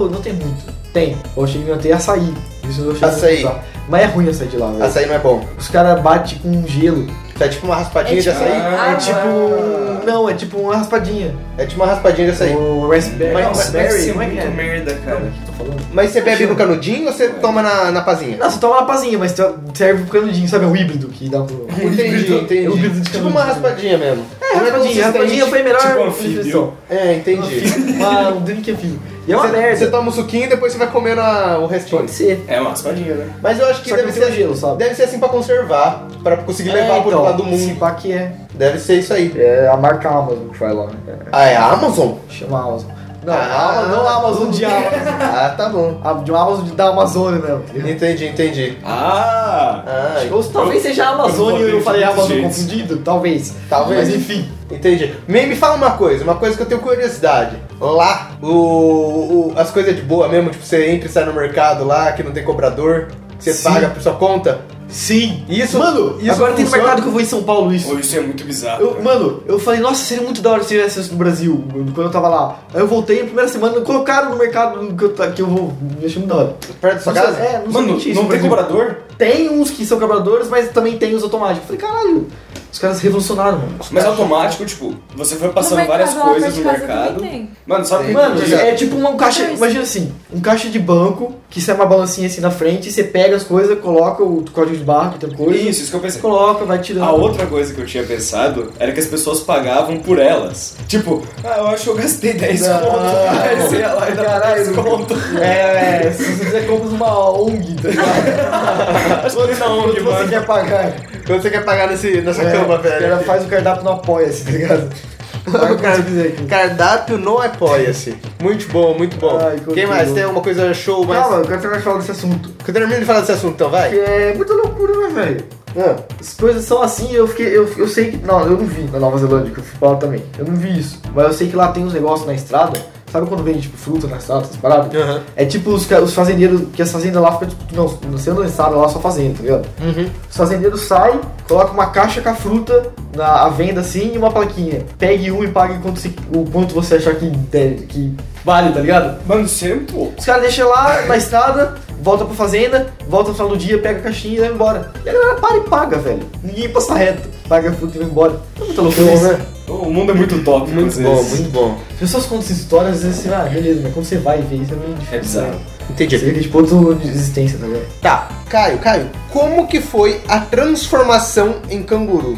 Não tem muito. Tem. Eu achei que inventei açaí. Isso eu achei Açaí. muito bizarro. Mas é ruim açaí de lá, velho. Açaí não é bom. Os caras batem com gelo. Isso é tipo uma raspadinha É de tipo- açaí? Ah, é tipo. um- Não, é tipo uma raspadinha. É tipo uma raspadinha de açaí. O raspberry. Mas- Nossa, mas- deve ser como é que muito é? merda, cara. Não, tô falando. Mas você bebe no canudinho ou você toma na, na pazinha? É. Não, você toma uma pazinha, mas tu- serve pro canudinho, sabe? É o híbrido que dá pro. Entendi, Eu entendi. híbrido de Tipo uma canudinho. raspadinha mesmo. É, raspadinha, raspadinha foi a melhor Tipo anfíbio. descrição. É, entendi. Uma- Um drink anfíbio. E é uma Você- Você merda. toma um suquinho e depois você vai comendo a- o restinho. Pode ser. É uma raspadinha, né? Mas eu acho que Só que deve não tem ser gelo, sabe? Deve ser assim pra conservar, pra conseguir É, levar pro então, lado do mundo. Se pá que é. Deve ser isso aí. É a marca Amazon que faz lá, né? Ah, é a Amazon? É, Chama Amazon. Não, Ah. a Ama- não a Amazon de Amazon. Ah, tá bom. A- De uma Amazon de- da Amazônia, né? entendeu? Entendi, entendi. Ah! Ah, Ou se talvez Eu- seja a Amazônia eu e eu falei botei Amazon de muitos confundido, talvez. Talvez. Mas enfim. entendi. Me, me fala uma coisa, uma coisa que eu tenho curiosidade. Lá, o, o- as coisas de boa mesmo, tipo, você entra e sai no mercado lá, que não tem cobrador, que você Sim. paga por sua conta. Sim. Isso- Mano, isso agora tem funciona? mercado que eu vou em São Paulo isso. Ou isso é muito bizarro. Eu- cara. mano, eu falei, nossa, seria muito da hora se tivesse isso no Brasil, quando eu tava lá. Aí eu voltei, a primeira semana, colocaram no mercado que eu, ta- que eu vou. Eu achei muito da hora. Perto da sua Não sei- casa? É, não, sei Mano, onde é isso não no tem Brasil. cobrador? Tem uns que são cobradores, mas também tem os automáticos. Eu falei, caralho, os caras revolucionaram, mano. Mas automático, tipo, você foi No passando várias mercado, lá coisas perto no de casa mercado. também tem. Mano, sabe Mano, Entendi. é tipo um caixa. Mas- Imagina assim, um caixa de banco que sai uma balancinha assim na frente, você pega as coisas, coloca o código de barra que tem coisa. Isso, isso que eu pensei. Coloca, vai tirando. A outra coisa que eu tinha pensado era que as pessoas pagavam por elas. Tipo, ah, eu acho que eu gastei 10 Não. conto. Aí você ia lá e dava 10 conto. É, se você quiser compra uma ONG, tá ligado? Acho que não, Quanto que você mano. quer pagar? Quando você quer pagar nesse, nessa É, cama, o cara velho? faz o cardápio no Apoia-se, tá ligado? Vai o cara dizer aqui. Cardápio no apoia-se. Muito bom, muito bom. Ai, Quem continua. mais? Tem alguma coisa show, mas. Calma, eu quero terminar de falar desse assunto. Que eu termino de falar desse assunto, então, vai. Porque é muita loucura, né, velho? Ah, As coisas são assim, eu fiquei. Eu, eu sei que. Não, eu não vi na Nova Zelândia, que eu fui pra lá também. Eu não vi isso. Mas eu sei que lá tem uns negócios na estrada. Sabe quando vende, tipo, fruta na estrada, essas paradas? Aham. É tipo os, ca- os fazendeiros, que as fazendas lá ficam, tipo, não, você não estrada lá, só fazenda, tá ligado? uhum. Os fazendeiros saem, colocam uma caixa com a fruta na à venda assim e uma plaquinha. Pegue um e pague quanto se- o quanto você achar que, deve- que vale, tá ligado? Mano, você é um pouco. Os caras deixam lá na estrada, volta pra fazenda, volta no final do dia, pega a caixinha e vai embora. E a galera para e paga, velho. Ninguém passa reto, paga a fruta e vai embora. É muita loucura isso. né? O mundo é muito top, Muito às bom, vezes. muito bom. As pessoas contam essas histórias, às vezes você ah, beleza, mas quando você vai ver isso é meio difícil. É bizarro. Você Entendi. fica tipo outro mundo de existência, tá ligado? Tá, Caio, Caio, como que foi a transformação em canguru?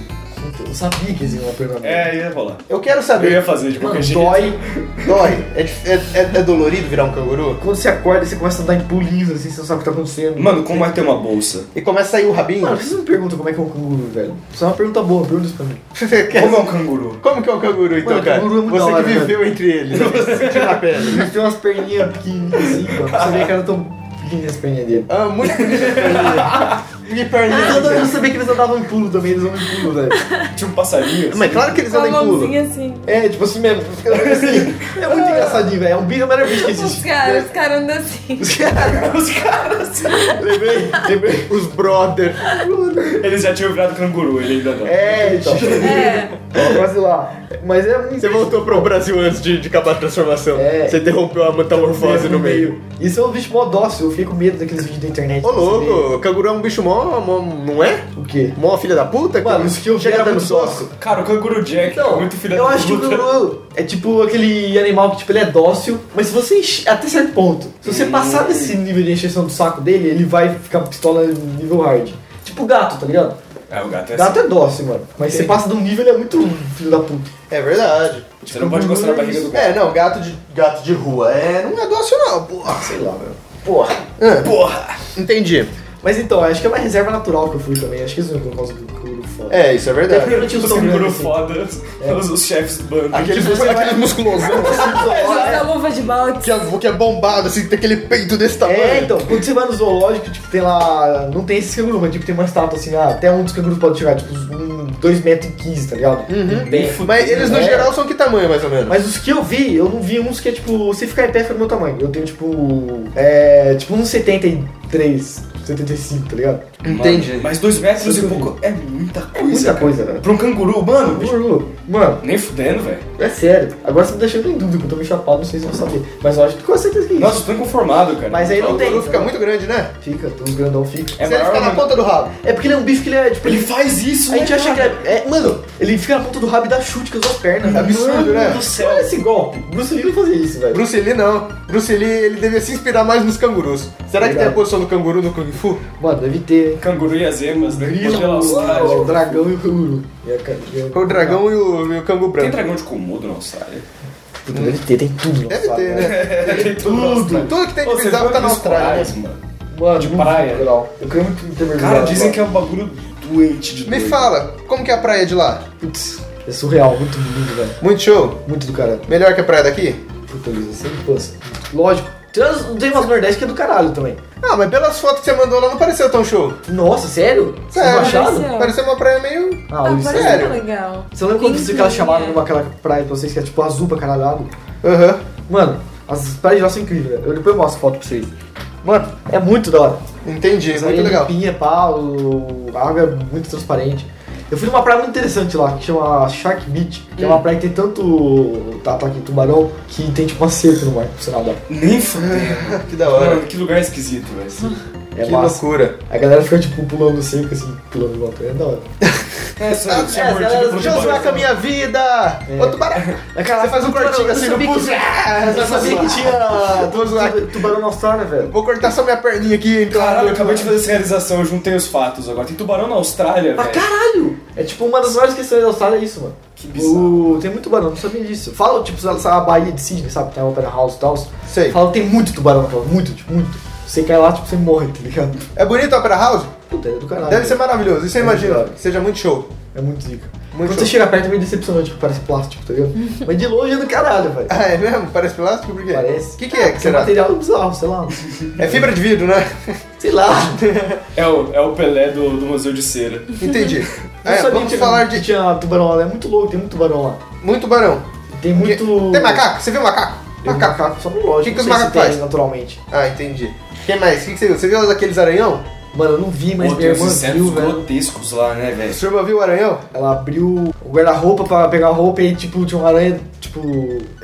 Eu sabia que existia uma pergunta. É, ia rolar. Eu quero Eu saber. ia fazer de qualquer Mano, jeito. dói. Dói. É, dif- é- é- é dolorido virar um canguru? Quando você acorda, você começa a andar em pulinhos, assim, você não sabe o que tá acontecendo. Mano, como é ter uma bolsa? E começa a sair o rabinho? Mano, vocês não perguntam como é que é um canguru, velho. Isso é uma pergunta boa, pergunta isso pra mim. Você quer- Como é um canguru? Como que é o canguru, então, Mano, cara? canguru é muito Você da hora, que viveu entre eles. Você sentiu na pele. Ele tem umas perninhas pequenininhas assim, mano. Pra Você vê que era tão pequenininha as perninhas dele. Ah, muito bonito a perninha. Que Eu perninha. adoro- eu sabia que eles andavam em pulo também, eles andam em pulo, né? velho. Tinha um passarinho. Mas é assim. claro que eles Com a andam em pulo. mãozinha assim. É, tipo assim mesmo. fica assim. É muito engraçadinho, velho. É um bicho, é o melhor bicho que Ah. Os existe. caras, os caras andam assim. Os caras, os caras. Lembrei, lembrei. Os brother. Eles já tinham virado canguru, ele ainda não. É, então. É. Quase lá. Mas é muito. Você voltou pro Brasil antes de, de acabar a transformação. É. Você interrompeu a metamorfose no meio. Isso é um bicho mó dócil, eu fiquei com medo daqueles vídeos da internet. Ô louco, o canguru é um bicho mó, mó- não é? O quê? Mó filha da puta? Mano, isso que eu vi chega era dando muito Então, soco. Cara, o canguru Jack é muito filha É. eu da acho que o puta. canguru é tipo aquele animal que tipo, ele é dócil, mas se você enche, até certo ponto, se você Hum. passar desse nível de encheção do saco dele, ele vai ficar pistola nível hard. Tipo gato, tá ligado? É, o gato é assim. Gato é dócil, mano. Mas se você passa de um nível, ele é muito filho da puta. É verdade. assim. Você não pode encostar na barriga do gato. É, não, gato de, gato de rua é, não é dócil não, porra. Sei lá, velho. Porra. Ah, Porra! entendi. Mas então, acho que é uma reserva natural que eu fui também. Acho que eles não iam colocar os cangurus foda. É, isso é verdade. Porque não tinha Os os tão canguru grandes, assim. tipo, um foda, os, os chefes do bando. Aqueles, Tipo, aqueles musculosão tipo, um assim, É. Usa a luva de boxe. que é, que é bombado, assim, que tem aquele peito desse tamanho. É, então, quando você vai no zoológico, tipo, tem lá. Não tem esses cangurus, mas tipo, tem uma estátua assim, ah, até um dos cangurus pode chegar, tipo, uns- um 2,15m, tá ligado? Uhum. Bem Mas eles no É. geral são que tamanho, mais ou menos? Mas os que eu vi, eu não vi uns que é tipo, se ficar em pé fica do meu tamanho. Eu tenho tipo. É. Tipo uns 73, 75, tá ligado? Entendi. Mas dois metros e Sim. pouco é muita coisa. Muita cara. coisa, velho. Pra um canguru, mano, bicho, Canguru, Tipo, Mano, nem fudendo, velho. é sério. Agora você me deixando em dúvida, que eu tô me chapado, não sei se eu vou saber. Mas eu acho que com certeza que é isso. Nossa, eu tô inconformado, cara. Mas aí não o tem. guru fica muito grande, né? Fica, os grandão fica. É Se ele maior, fica na mano. ponta do rabo. É porque ele é um bicho que ele é, tipo, Ele ele faz isso, A gente né, acha que cara? é, é- Mano, ele fica na ponta do rabo e dá chute com as duas pernas. É absurdo, Mano né? do céu. Olha esse golpe. Bruce Lee não fazia isso, velho. Bruce Lee não. Bruce Lee, ele devia se inspirar mais nos cangurus. Será que Verdade. tem a posição do canguru no Kung Fu? Mano, deve ter. Canguru e as emas, né? Grilo, Pela Austrália. o dragão e o canguru. E a ca- e um O dragão e o, e o cangu Tem branco. dragão de Komodo na Austrália? Puta, deve ter, tem tudo. Deve nossa, ter, velho. né? Tem É, tudo. Tudo que tem de Ô, você bizarro foi tá na nos Austrália. corais, mano. Mano, De muito praia. legal. Eu queria é muito ter mergulhado. Cara, dizem lá. que é um bagulho doente de Me doido. fala, como que é a praia de lá? Putz, é surreal, muito lindo, velho. Muito show? Muito do caralho. Melhor que a praia daqui? Puta, Luiz, você não cansa. Lógico. Tem umas- Tem umas Nordeste que é do caralho também. Ah, mas pelas fotos que você mandou lá não pareceu tão show. Nossa, sério? Vocês não Sério, acharam? Pareceu. pareceu uma praia meio... Ah, Ah, Luiz, parece sério? que é legal. Você lembra quando você aquela chamada Pinguinha. numa aquela praia pra vocês que é tipo azul pra caralho a água? Aham. Mano, as praias de lá são incríveis, velho. Eu depois mostro foto pra vocês. Mano, é muito da hora. Entendi, As é muito areias legal. limpinha, pá, o- a água é muito transparente. Eu fui numa praia muito interessante lá, que chama Shark Beach, que é uma praia que tem tanto tá, tá aqui, tubarão, que tem tipo uma cerca no mar, pra você nadar. Nem fudendo. Que da hora. Mano, que lugar esquisito, velho. É Hum, que massa. loucura. A galera fica tipo pulando cerca, assim, pulando em volta. É da hora. É, sério, você é mordido por um Josué tubarão. com a minha vida! É. Ô, tubarão! É, cara, Você faz um tubarão, cortinho eu assim no sabia que pulso. tinha- Eu sabia que tinha Vou zoar. tu- tubarão na Austrália, velho. Vou cortar só minha perninha aqui, então. Caralho, eu acabei de fazer essa realização, eu juntei os fatos agora. Tem tubarão na Austrália, Pra velho. caralho! É tipo uma das maiores questões da Austrália é isso, mano. Que bizarro. O- Tem muito tubarão, não sabia disso. Fala, tipo, essa a Bahia de Sydney, sabe? Tem a Opera House e tal. Sei. Fala, tem muito tubarão naquela, muito, tipo, muito. Você cai lá, tipo, você morre, tá ligado? É bonito a Opera House? Puta, é do caralho. Deve ser maravilhoso, isso eu É imagino. verdade. Que seja muito show. É muito zica. Muito Quando show. você chega perto é meio decepcionante, porque parece plástico, tá ligado? Mas de longe é do caralho, velho. Ah, é mesmo? Parece plástico? Por quê? Parece. O que, que é que Esse será? material é bizarro, sei lá. É fibra de vidro, né? Sei lá. É o, é o Pelé do, do Museu de Cera. Entendi. Não É, sabia vamos que falar que de tinha tubarão lá, é muito louco, tem muito tubarão lá. muito barão. Tem muito. Tem macaco? Você viu um macaco? Tem um Macaco. macaco, só no lógico. Que que os não sei se macacos tem, faz? naturalmente. Ah, entendi. Quem mais? O que, que você viu? Você viu aqueles aranhão? Mano, eu não vi, mas Pô, minha tem uns irmã viu, insetos velho. grotescos lá, né, O velho? senhor irmão viu o aranhão? Ela abriu o guarda-roupa pra pegar a roupa e, tipo, tinha uma aranha, tipo,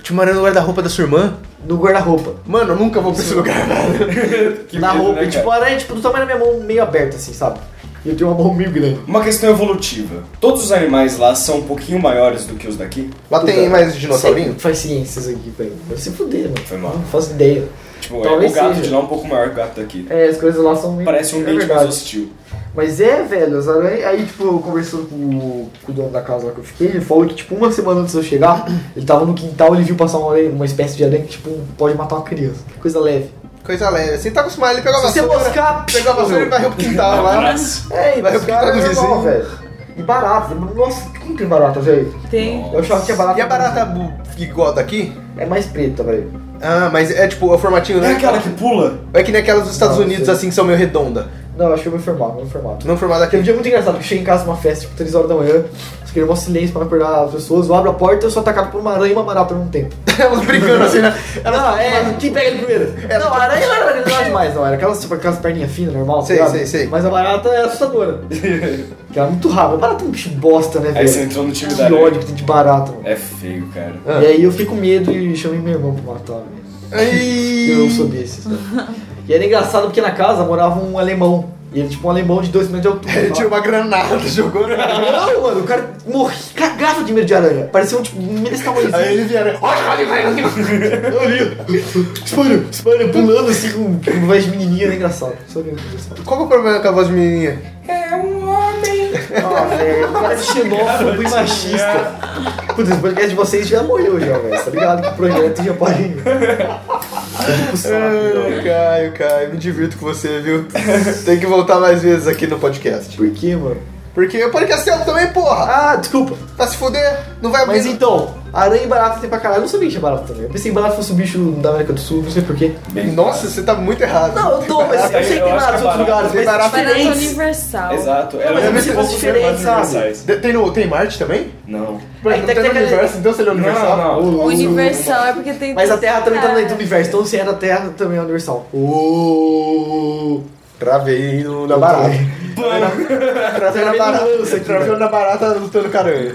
Tinha uma aranha no guarda-roupa da sua irmã? no guarda-roupa. Mano, eu nunca vou pra esse lugar, velho. Que na medo, roupa. né, e, tipo, cara? a aranha, tipo, do tamanho da minha mão, meio aberta, assim, sabe? E eu tenho uma mão meio grande. Uma questão evolutiva. Todos os animais lá são um pouquinho maiores do que os daqui? Lá tem mais dinossaurinho? Sempre faz ciências aqui, velho. Vai se fuder, mano. Foi mal. Não faço ideia. Tipo, Talvez é, o gato seja. de lá é um pouco maior que o gato daqui. É, as coisas lá são meio. Parece um é ambiente mais verdade. hostil. Mas é, velho, as aranhas. Aí, tipo, conversando com, o- com o dono da casa lá que eu fiquei, ele falou que, tipo, uma semana antes de eu chegar, ele tava no quintal ele viu passar uma, aranha, uma espécie de aranha que, tipo, pode matar uma criança. Coisa leve. Coisa leve. Você tá acostumado, ele pegou a Se você vassoura. moscar, Pegou a vassoura e varreu pro tá quintal lá. Abraço. É, Vai mas replicar cara, no é normal, vizinho. velho. E barata. Nossa, como tem barata, velho? Tem. Eu achava que tinha barata. E a barata bu- igual a daqui? É mais preta, velho. Ah, mas é tipo, é o formatinho, né? É aquela que pula? É que nem aquelas dos Estados Não, Unidos, sei. assim, que são meio redonda. Não, acho que eu vou informar, vou informar. Não formada Teve um aqui. dia muito engraçado, que eu cheguei em casa numa festa, tipo, 3 horas da manhã, os queriam um silêncio pra não acordar as pessoas, eu abro a porta e eu sou atacado por uma aranha e uma barata ao mesmo tempo. Elas brincando assim, né? Ela, não, é, quem pega ele primeiro? É, não, a aranha não era não era demais, não, era aquelas, tipo, aquelas perninhas finas, normal, tá Sei, ligado? sei, sei. Mas a barata era assustadora, que era muito rara, a barata é um bicho bosta, né, Aí você velho? entrou no time Que da ódio aranha. que tem de barata, mano. É feio, cara. Ah. E aí eu fico com medo e chamei meu irmão pra matar, velho. Ai. Eu não sou desses, né? E era engraçado porque na casa morava um alemão, e ele, tipo, um alemão de 2 metros de altura. Ele tá? tirou uma granada, jogou na... Não, mano, o cara morri, cagava de medo de aranha. Parecia um tipo, um desse tamanhozinho. Aí ele vieram. Olha, olha, olha, olha. Mano, mano, pulando assim com, com voz de menininha, era engraçado. Só que era engraçado. Qual que é o problema com a voz de menininha? É um Ah, velho, o cara é xenófobo e machista. Putz, esse podcast de vocês já morreu já, velho. Tá ligado que o projeto já pode... É Ai, Caio, Caio, me divirto com você, viu? Tem que voltar mais vezes aqui no podcast. Por quê, mano? Porque o podcast é seu também, porra! Ah, desculpa. Pra se fuder, não vai Mas abrir. então, aranha e barata tem pra caralho. Eu não sabia que tinha barata também. Eu pensei que barata fosse um bicho da América do Sul, não sei porquê. Bem Nossa, você tá muito errado. Não, eu tô, mas eu sei que tem Eu acho barato que é em outros barato. lugares, mas Barato Parece diferentes. universal. Exato. mas Ela é é muito muito diferente, sabe? universais. De- Tem, no, tem Marte também? Não. Mas não tem tem- tem no aquele- universo, então se ele é universal. não. O- Universal é porque tem. Mas a Terra também tá Ah. dentro do universo, então se é da Terra também é universal. O... Travei no, na barata. Travei na né? Travei no lance barata. aqui, Travei na barata lutando com a aranha.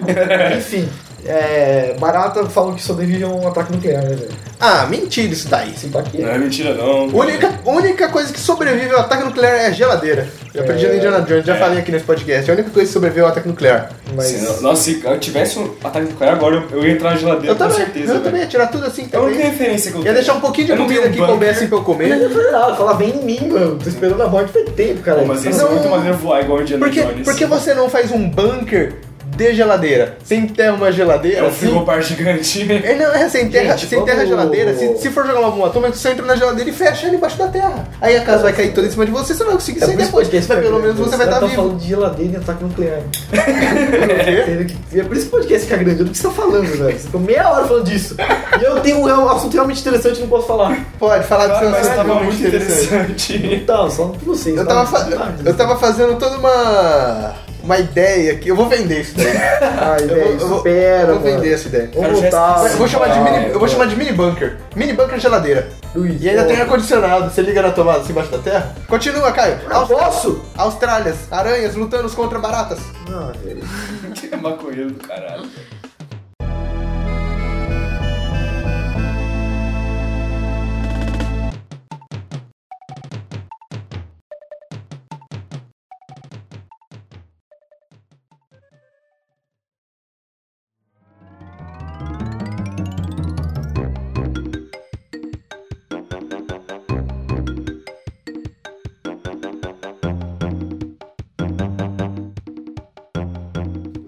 Enfim, é, barata falam que sobrevive a um ataque nuclear, né, velho? Ah, mentira isso daí. Esse daqui Não é. é mentira, não. Única, única coisa que sobreviveu ao ataque nuclear é a geladeira. Eu aprendi no Indiana Jones, já falei aqui nesse podcast. A única coisa que sobreviveu ao ataque nuclear. Mas. Se É. não- nossa, se eu tivesse um ataque nuclear agora, eu- eu ia entrar na geladeira Eu com também, certeza. eu também velho. ia tirar tudo assim É a única também. referência que eu tenho. Ia deixar um pouquinho de Eu não comida tenho aqui bunker. comer assim pra eu Não, comer. não, não, não, fala, vem em mim, mano. Tô esperando a morte faz tempo, cara. é Pô, mas ia ser Não. muito maneiro voar igual o Indiana Por que, Jones. por que você não faz um bunker de geladeira? Você enterra uma É geladeira um assim? frigobar gigante. É, não, é, você enterra, Gente, você enterra a vamos- geladeira, se, se for jogar uma bomba atômica, você entra na geladeira e fecha ela embaixo da terra. Aí a casa vai cair toda em cima de você, você não vai conseguir É sair por isso depois. podcast, Mas pelo menos você vai estar tá vivo. falando de geladeira e ataque nuclear. Entendeu? Que- É por isso que o podcast fica grande. Do que você tá falando, velho? Você ficou meia hora falando disso. E eu tenho um real- um assunto realmente interessante e não posso falar. Pode falar do Ah, seu mas assunto, tava é muito interessante. Então, só pra vocês. Eu tá? tava, fa- eu tava fazendo toda uma. uma ideia aqui. Eu vou vender isso daí. Ai, Eu vou- Ah, velho, eu vou- supera, eu vou mano. vender essa ideia. Vamos Cara, já é voltar. Mas eu vou chamar de Ah, mini. Eu vou chamar de mini bunker. Mini bunker geladeira. Luiz, E ainda ó. tem ar-condicionado, você liga na tomada assim embaixo da terra? Continua, Caio. Não posso? Austrálias, aranhas lutando contra baratas. Não, velho. Que um maconheiro do caralho. Eu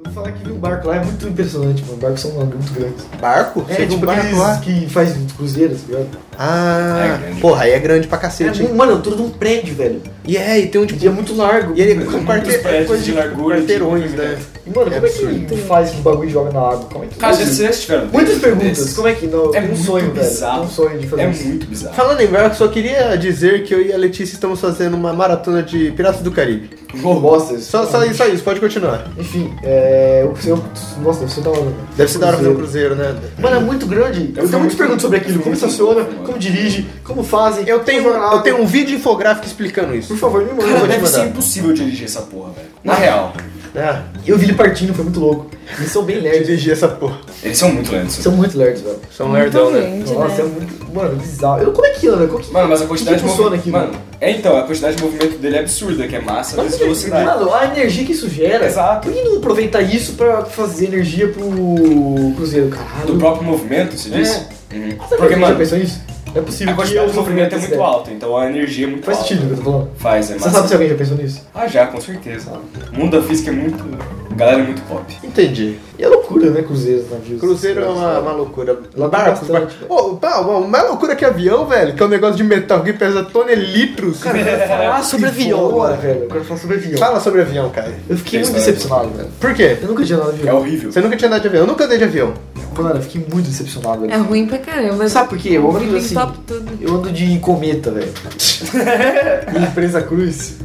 vou falar que vi um barco lá é muito impressionante, mano. Barcos são muito grandes. Barco? É, tipo aqueles que faz cruzeiras, tá ligado? Ah, É grande. porra, aí é grande pra É, cacete. hein? mu- mano, é tudo de um prédio, velho. E é, e tem um tipo. E é muito largo. E ele é com quarte- prédios coisa de de largura, quarteirões, de- né? E, mano, É como é que faz que o bagulho joga na água? Como é que Cara, já vocês tiveram Muitas desse- perguntas. desse? Como é que não? É um muito sonho, bizarro. velho. Um sonho de fazer É isso. muito bizarro. Falando em barco, só queria dizer que eu e a Letícia estamos fazendo uma maratona de Piratas do Caribe. Bosta, isso. Só, só, só isso, pode continuar. Enfim, é. O seu. Nossa, deve ser da hora, velho. Deve ser da hora fazer um cruzeiro, né? Mano, é muito grande. Eu, Eu tenho fui muitas muito- perguntas sobre aquilo. fui Como muito estaciona, louco, mano. como dirige, como fazem. Eu tenho, como eu nada. tenho um vídeo infográfico explicando isso. Por favor, me manda. Cara, eu vou te deve ser mandar. impossível dirigir essa porra, velho. Na real. É, Eu vi ele partindo, foi muito louco. Eles são bem lerdos. dirigir essa porra. Eles são muito lentos. São muito lerdos, velho. São lerdão, né? gente, é Nossa, é né? muito. Mano, bizarro. Eu, como é que anda? Como que- Mano, mas a quantidade que que de movimento. funciona aqui, mano, é então, a quantidade de movimento dele é absurda, que é massa Mas, vezes velocidade. Mano, a energia que isso gera. Exato. Por que não aproveitar isso pra fazer energia pro Cruzeiro? Caralho. Do próprio movimento, se diz? Uhum. Sabe Porque, que mano, já pensou nisso? Não é possível a quantidade de movimento é muito alto. alta, então a energia é muito Faz alta. sentido o que eu tô falando. Faz, é Você massa. sabe se alguém já pensou nisso? Ah, já, com certeza. O mundo da física é muito. A galera é muito pop. Entendi. E é loucura, né? Cruzeiros, navios. Cruzeiro é uma, uma loucura. Lá Barcos, tem barcos. bastante, Ô, pá, uma, uma loucura que avião, velho, que é um negócio de metal que pesa tonelitros. Ah, sobre avião agora, velho. Eu É. quero falar sobre avião. Fala sobre avião, cara. Eu fiquei Tem muito história. decepcionado, velho. Por quê? Eu nunca tinha andado de É avião. horrível. Você nunca tinha andado de avião? Eu nunca andei de avião. Mano, eu fiquei muito decepcionado, velho. É ruim pra caramba. um Sabe por quê? Eu Eu ando assim. top tudo. Eu ando de cometa, velho. em Presa Cruz.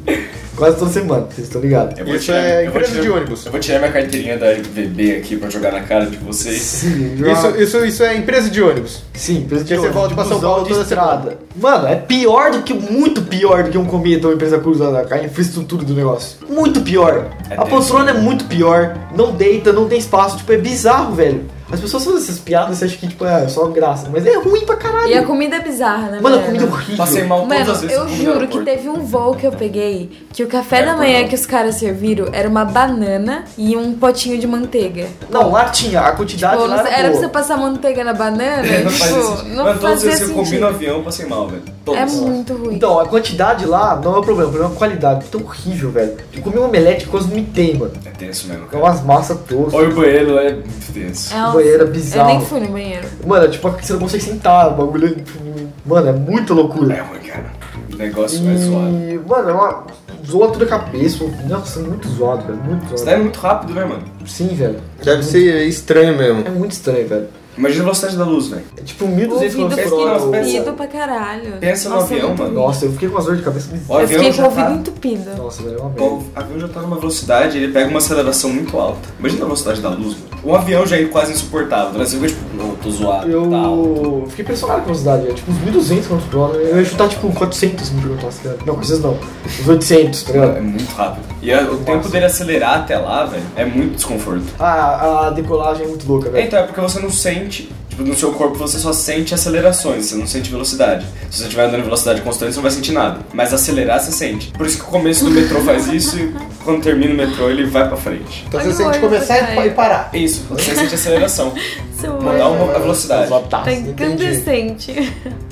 Quase toda semana, vocês estão ligados. Eu vou Isso tirar- é eu vou empresa tirar- de ônibus. Eu vou tirar minha carteirinha da VB aqui pra jogar na cara de vocês. Sim, Isso, isso, isso é empresa de ônibus. Sim, empresa de Porque você ônibus, volta pra São busão Paulo de toda estrada. Mano, é pior do que, muito pior do que um cometa ou empresa cruzada, a infraestrutura do negócio. Muito pior. É a tenso. poltrona é muito pior, não deita, não tem espaço, tipo, é bizarro, velho. As pessoas fazem essas piadas e acham que, tipo, é só graça, mas é ruim pra caralho. E a comida é bizarra, né? Mano, a velho? comida é horrível. Passei mal todas Mano, as vezes eu comi no juro que aeroporto. teve um voo que eu peguei que o café da Aeroporto manhã não. que os caras serviram era uma banana e um potinho de manteiga. Não, lá tinha, a Ah, quantidade Tipo, lá não sei- era, era pra boa. você passar manteiga na banana? Não tipo, faz esse sentido. não Mano, todas as fazia vezes que eu comi no sentido. avião, eu passei mal, velho. É Todas. muito ruim. Então, a quantidade lá não é o problema, o problema é a qualidade. É tão horrível, velho. Eu comi um omelete que quase me tem, mano. É tenso mesmo, É cara. umas massas tostas. Olha o banheiro lá, é muito tenso. É um- banheiro é Eu bizarro. nem fui no banheiro. Mano, tipo, você não consegue sentar, o bagulho. é- Mano, é muita É loucura. ruim, cara. O negócio é zoado. E, mano, é uma. zoa toda a cabeça. Nossa, muito zoado, velho. Muito Isso zoado. daí é muito rápido, né, mano? Sim, velho. Deve ser estranho mesmo. É muito estranho, velho. Imagina a velocidade da luz, velho. É tipo 1.200 km Ouvido, Pensa- fiquei por com hora. não, pensa- ouvido pra caralho. Pensa no Nossa, é avião, muito mano. ruim. Nossa, eu fiquei com umas dores de cabeça. O Eu avião fiquei com o já tá... ouvido entupido. Nossa, velho, é uma merda. O avião já tá numa velocidade, ele pega uma aceleração muito alta. Imagina a velocidade da luz, mano. Um avião já é quase insuportável, né? Você fica tipo, não, tô zoado, tal. tá? Eu fiquei impressionado com a velocidade, velho. tipo uns 1200 km por hora. Eu ia chutar tipo 400 mil km por hora. Não, 400 não. Uns 800, tá Mano, ligado? é muito rápido. E a- o tempo dele acelerar até lá, velho, é muito desconforto. Ah, a decolagem é muito louca, É, velho. Então, é porque você não sente. Tipo, no seu corpo você só sente acelerações, você não sente velocidade. Se você estiver andando em velocidade constante, você não vai sentir nada. Mas acelerar, você sente. Por isso que o começo do metrô faz isso e quando termina o metrô, ele vai pra frente. Então Olha você o sente olho começar do e pa- Caio. e parar. É isso, você sente aceleração. Seu Mandar olho é uma a É velotaço. Zoadaço, tá entendi. incandescente.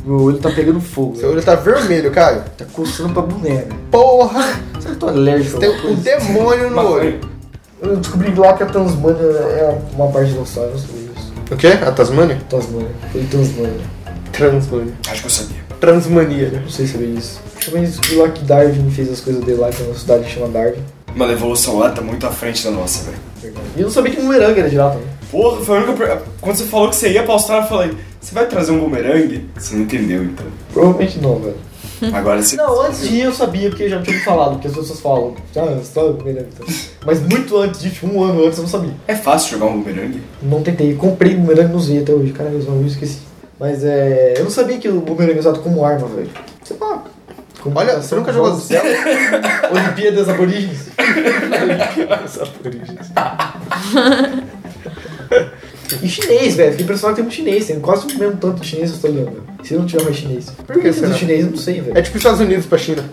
Meu olho tá pegando fogo, Seu velho. olho tá vermelho, Caio. Tá coçando pra boneca. Porra! Será que eu tô alérgico? a Tem alguma um coisa? demônio no olho. Eu descobri lá que a Tasmania é uma parte do dinossauro, eu não sabia isso. O quê? A Tasmania? Tasmania. Foi Tasmania. Transmania. Acho que eu sabia. Transmania, né? Não sei saber isso. Também descobri lá que Darwin fez as coisas dele lá, que é uma cidade que chama Darwin. Mano, a evolução lá tá muito à frente da nossa, velho. E eu não sabia que Bumerangue era de lá também. Porra, foi a única. per- Quando você falou que você ia pra Austrália, eu falei: Você vai trazer um bumerangue? Você não entendeu, então. Provavelmente não, velho. Agora você. Não, antes de ir eu sabia, porque eu já tinha me falado, porque as pessoas falam. Ah, você tá Bumerangue. Então. Mas muito antes disso, tipo, um ano antes, eu não sabia. É fácil jogar um bumerangue? Não tentei. Comprei Bumerangue não usei até hoje. Caralho, eu só- eu esqueci. Mas é... Eu não sabia que o Bumerangue é usado como arma, velho. Sei lá. Como Olha, você ação, nunca jogou jogos. Zelda? Olimpíadas aborígenes. E chinês, velho. Fiquei impressionado que tem um chinês. Tem quase o mesmo tanto de chinês que eu estou lendo. velho. Se não tiver mais chinês. Por que será? tem chinês? Eu não sei, É velho. tipo os Estados Unidos pra China.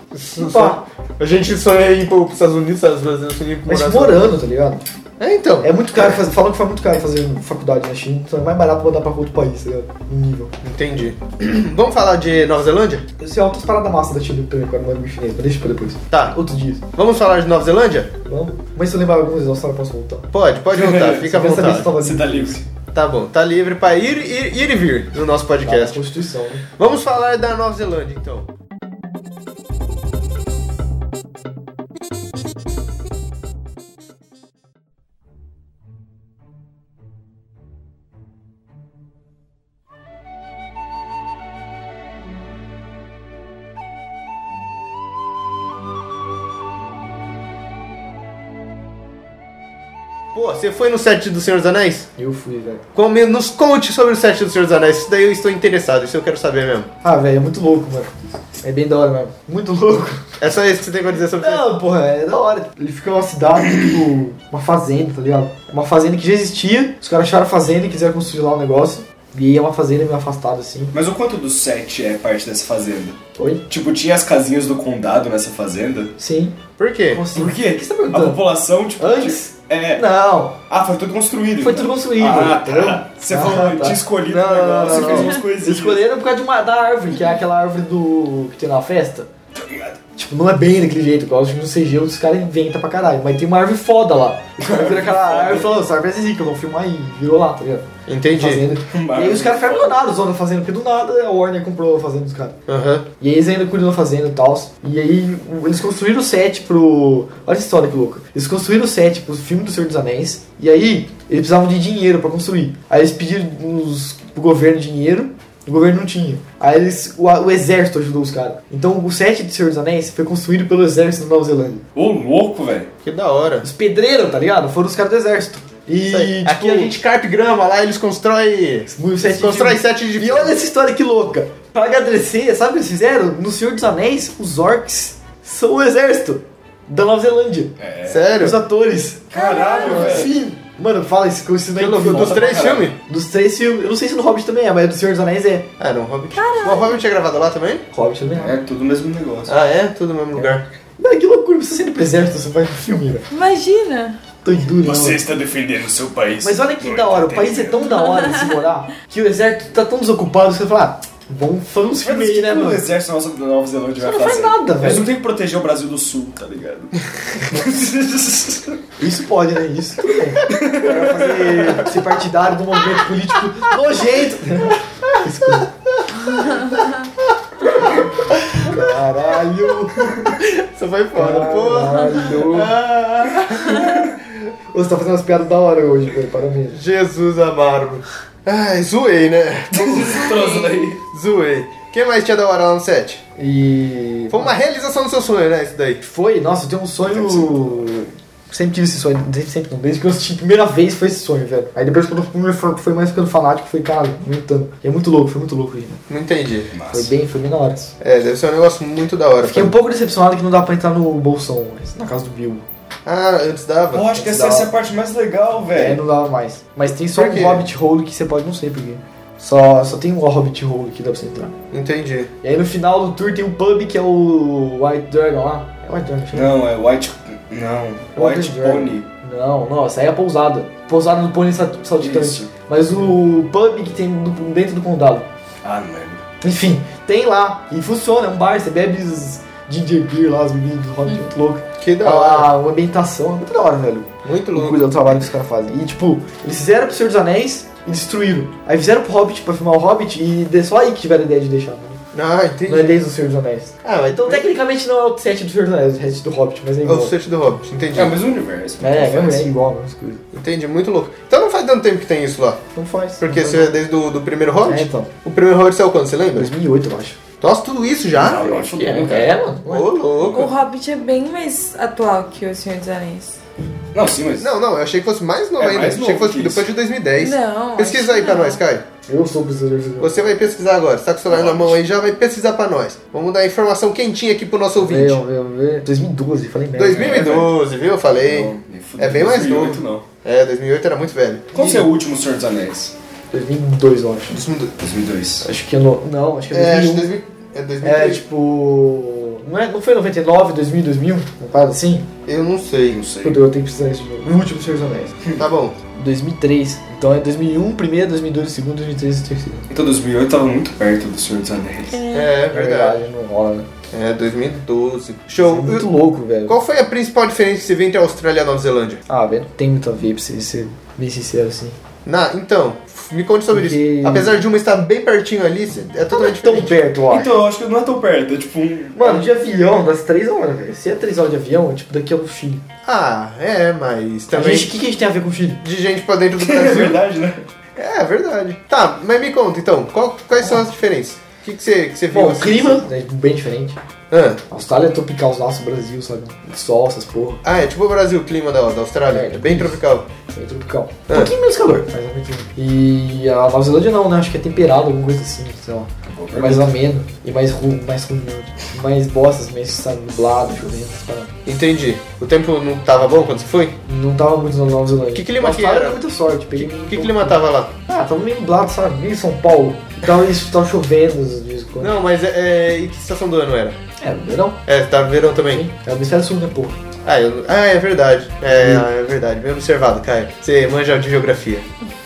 Pá. A gente sonha em ir pro- pros Estados Unidos, os brasileiros sonham em ir pro Mas Brasil. morando, tá ligado? É, então. É muito caro fazer. Falam que foi muito caro fazer faculdade na China, então é mais barato mandar pra outro país, tá ligado? No nível. Entendi. Vamos falar de Nova Zelândia? Eu sei altas paradas massa da China também, agora mando chinês, mas deixa pra depois. Tá. Outro dia. Vamos falar de Nova Zelândia? Vamos? Mas se eu lembrar alguns, eu só posso voltar. Pode, pode voltar. Tá, Fica à Eu queria saber se vontade. tava Você tá livre. Tá bom. Tá livre pra ir, ir, ir e vir no nosso Tá, na podcast. Constituição, né? Vamos falar da Nova Zelândia, então. Pô, Você foi no set do Senhor dos Anéis? Eu fui, velho. Come- nos conte sobre o set do Senhor dos Anéis, isso daí eu estou interessado, isso eu quero saber mesmo. Ah, velho, é muito louco, mano. É bem da hora mesmo. Muito louco. É só isso que você tem pra dizer sobre isso? Não, porra, é da hora. Ele fica numa cidade, tipo, uma fazenda, tá ligado? Uma fazenda que já existia, os caras acharam a fazenda e quiseram construir lá um negócio. E aí é uma fazenda meio afastada, assim. Mas o quanto do set é parte dessa fazenda? Oi? Tipo, tinha as casinhas do condado nessa fazenda? Sim. Por quê? Como assim? Por quê? O que você tá A perguntando? população, tipo. Antes? É. Não, Ah, foi tudo construído. foi então. tudo construído, Ah, entendeu? tá. Você Ah, falou, tá. tinha escolhido Não, o não, negócio, não, né, fez não. umas coisinhas. Escolheram por causa de uma, da árvore, que é aquela árvore do. que tem na festa. Tá ligado? Tipo, não é bem daquele jeito, igual tipo, no CG os caras inventam pra caralho. Mas tem uma árvore foda lá. Os caras viram aquela árvore e falaram, essa árvore é zica, vamos filmar aí. Virou lá, tá ligado? Entendi. Fazenda. Uma E aí os caras árvore ficaram milionários usando a fazenda, porque do nada a Warner comprou a fazenda dos caras. Aham. E aí eles ainda cuidam da fazenda e tal. E aí o- eles construíram o set pro. Olha essa história que louca. Eles construíram o set pro filme do Senhor dos Anéis. E aí eles precisavam de dinheiro pra construir. Aí eles pediram uns, pro governo dinheiro. O governo não tinha. Aí eles, o, o exército ajudou os caras. Então o set do Senhor dos Anéis foi construído pelo exército da Nova Zelândia. Ô, louco, velho. Que da hora. Os pedreiros, tá ligado? Foram os caras do exército. E Isso aí. tipo, Aqui a gente carpe grama, lá eles constroem. o set Eles de- constroem sete de E olha essa história que louca. Pra agradecer, sabe o que eles fizeram? No Senhor dos Anéis, os orcs são o exército da Nova Zelândia. Sério? Os atores. É. Caralho, velho. Sim. Mano, fala isso, que eu ensinei Que louco, dos três filmes? Dos três filmes. Eu não sei se no Hobbit também é, mas do Senhor dos Anéis é. Ah, não, Hobbit. O Hobbit é gravado lá também? Hobbit também é. É tudo o mesmo negócio. Ah, é? Tudo no mesmo lugar. Mano, que loucura. Você sendo pro exército, você vai pro filme, velho. Imagina. Tô duro, Você mano. está defendendo o seu país. Mas olha que Não da hora. O entendeu. país é tão da hora de se morar que o exército tá tão desocupado que você fala, ah, vamos fazer uns Mas filmes o aí, né, que é mano? o exército nosso da Nova Zelândia Você vai não faz fazer? nada, Eles não velho. tem que proteger o Brasil do Sul, tá ligado? Isso pode, né? Isso tudo bem. Agora fazer ser partidário do movimento político nojento. Desculpa. Caralho! Você foi fora, porra. Caralho! Ah, Você tá fazendo umas piadas da hora hoje, velho, parabéns. Jesus amado. Ai, zoei, né? Troço daí. Zoei. Quem mais tinha da hora lá no set? E. Foi uma realização do seu sonho, né? Isso daí. Foi, nossa, eu tenho um sonho. Sempre tive esse sonho, desde sempre não. Desde que eu assisti a primeira vez foi esse sonho, velho. Aí depois quando eu fui foi mais ficando fanático, foi, cara, muito tanto. E é muito louco, foi muito louco, gente. Não entendi. Foi Massa. bem, foi bem na hora. isso. É, deve ser um negócio muito da hora. Fiquei um cara. pouco decepcionado que não dá pra entrar no bolsão, mas na casa do Bill. Ah, antes dava. Eu acho que essa, essa é a parte mais legal, É, velho. não dava mais. Mas tem só Por quê? um Hobbit Hole que você pode, não sei porquê. Só, só tem um Hobbit Hole que dá pra você entrar. Entendi. E aí no final do tour tem um pub que é o White Dragon lá. É White Dragon, chama? Não, é White. Não. White White Dragon. Pony. Não, nossa, aí é a pousada. Pousada do Pônei Sal- Saltitante. Isso. Mas o pub que tem no- dentro do condado. Ah, não lembro. Enfim, tem lá. E funciona, é um bar, você bebe os ginger beer lá, os meninos do Hobbit, muito louco. Que Hum. da hora. A, a ambientação, é muito da hora, velho. Ah, Muito um O louco. cuidado do trabalho que os caras fazem. E tipo, eles fizeram pro Senhor dos Anéis e destruíram. Aí fizeram pro Hobbit pra filmar o Hobbit e de- só aí que tiveram a ideia de deixar. né? Ah, Não é entendi. desde o Senhor dos Anéis. Ah, mas Então tecnicamente não é o set do Senhor dos Anéis, é o set do Hobbit, mas é É o igual. set do Hobbit, entendi. É o mesmo universo. É, Não faz. é, é igual, mas coisas. Entendi, muito louco. Então não faz tanto tempo que tem isso lá. Não faz. Porque não você é desde o do primeiro faz. É, Hobbit? então. O primeiro Hobbit saiu quando, você lembra? 2008, eu acho. Nossa, tudo isso já? Não, eu acho Que é, bom, cara. é, mano. Ô, O louco. Hobbit é bem mais atual que o Senhor dos Anéis. Não, sim, mas. Não, não, eu achei que fosse mais novo É ainda. mais Achei que novo fosse que depois isso. de 2010. Não. acho É Pesquisa que aí pra não. nós, Caio. Eu sou o professor de Você vai pesquisar agora. Você tá com o celular na mão aí, já vai pesquisar pra nós. Vamos dar informação quentinha aqui pro nosso um ouvinte. Veio, veio, veio. 2012, falei merda. 2012, viu? Eu falei. Não, nem fudeu. É bem mais 2008 novo. não. É, 2008 era muito velho. Qual que é o último Senhor dos Anéis? 2002, eu acho. 2002. Acho que é no... Não, acho que É, é acho que 2001. 2000, é 2003. É, tipo. Não, é, não foi 99, 2000, 2000? Uma parada assim? Eu não sei. Não sei. Puta, eu tenho que precisar disso de novo. O último Senhor dos Anéis. Tá bom. 2003. Então é 2001, primeiro, 2002, segundo, 2003 e terceiro. Então 2008 tava muito perto do Senhor dos Anéis. É, verdade. não rola, né? É, 2012. Isso Show. é muito louco, velho. Qual foi a principal diferença que você vê entre Austrália e Nova Zelândia? Ah, velho, não tem muito a ver, pra você ser bem sincero assim. Na, então, me conte sobre Porque- isso. Apesar de uma estar bem pertinho ali, é Não é totalmente tão diferente. perto, eu acho. Então eu acho que não é tão perto, é tipo um. Mano, de avião, das 3 horas, velho. Se é 3 horas de avião, tipo, daqui é o Chile. Ah, é, mas O também que, que a gente tem a ver com o Chile? de gente pra dentro do É Brasil. verdade, né? é, verdade. Tá, mas me conta então, qual- quais são as diferenças? O que, que você, que você viu? Bom, o assim? clima é bem diferente. Ah, Austrália é tropical, nosso Brasil, sabe? Sol, essas porra. ah, é tipo o Brasil, o clima da, da Austrália. É, É bem tropical. É tropical. É. Um pouquinho menos calor, mas é um pouquinho. E a Nova Zelândia não, né? Acho que é temperado, alguma coisa assim, sei lá. É mais ameno e mais ruim, mais ruim, mais bostas, meio sabe, nublado, chovendo, essas paradas. Entendi. O tempo não tava bom quando você foi? Não tava muito na Nova Zelândia. Que clima Na que Austrália era? deu muita Que, sorte. Peguei um que pouco- clima tava lá? Ah, tava meio nublado, sabe? Meio São Paulo. Tava, isso, tava chovendo de vez em quando. Não, mas é, é, e que estação do ano era? É, no verão. É, tava verão também. Sim. É o hemisfério sul, né, porra? Ah, eu- ah, é verdade. É, ah, é verdade. Bem observado, Caio. Você manja de geografia.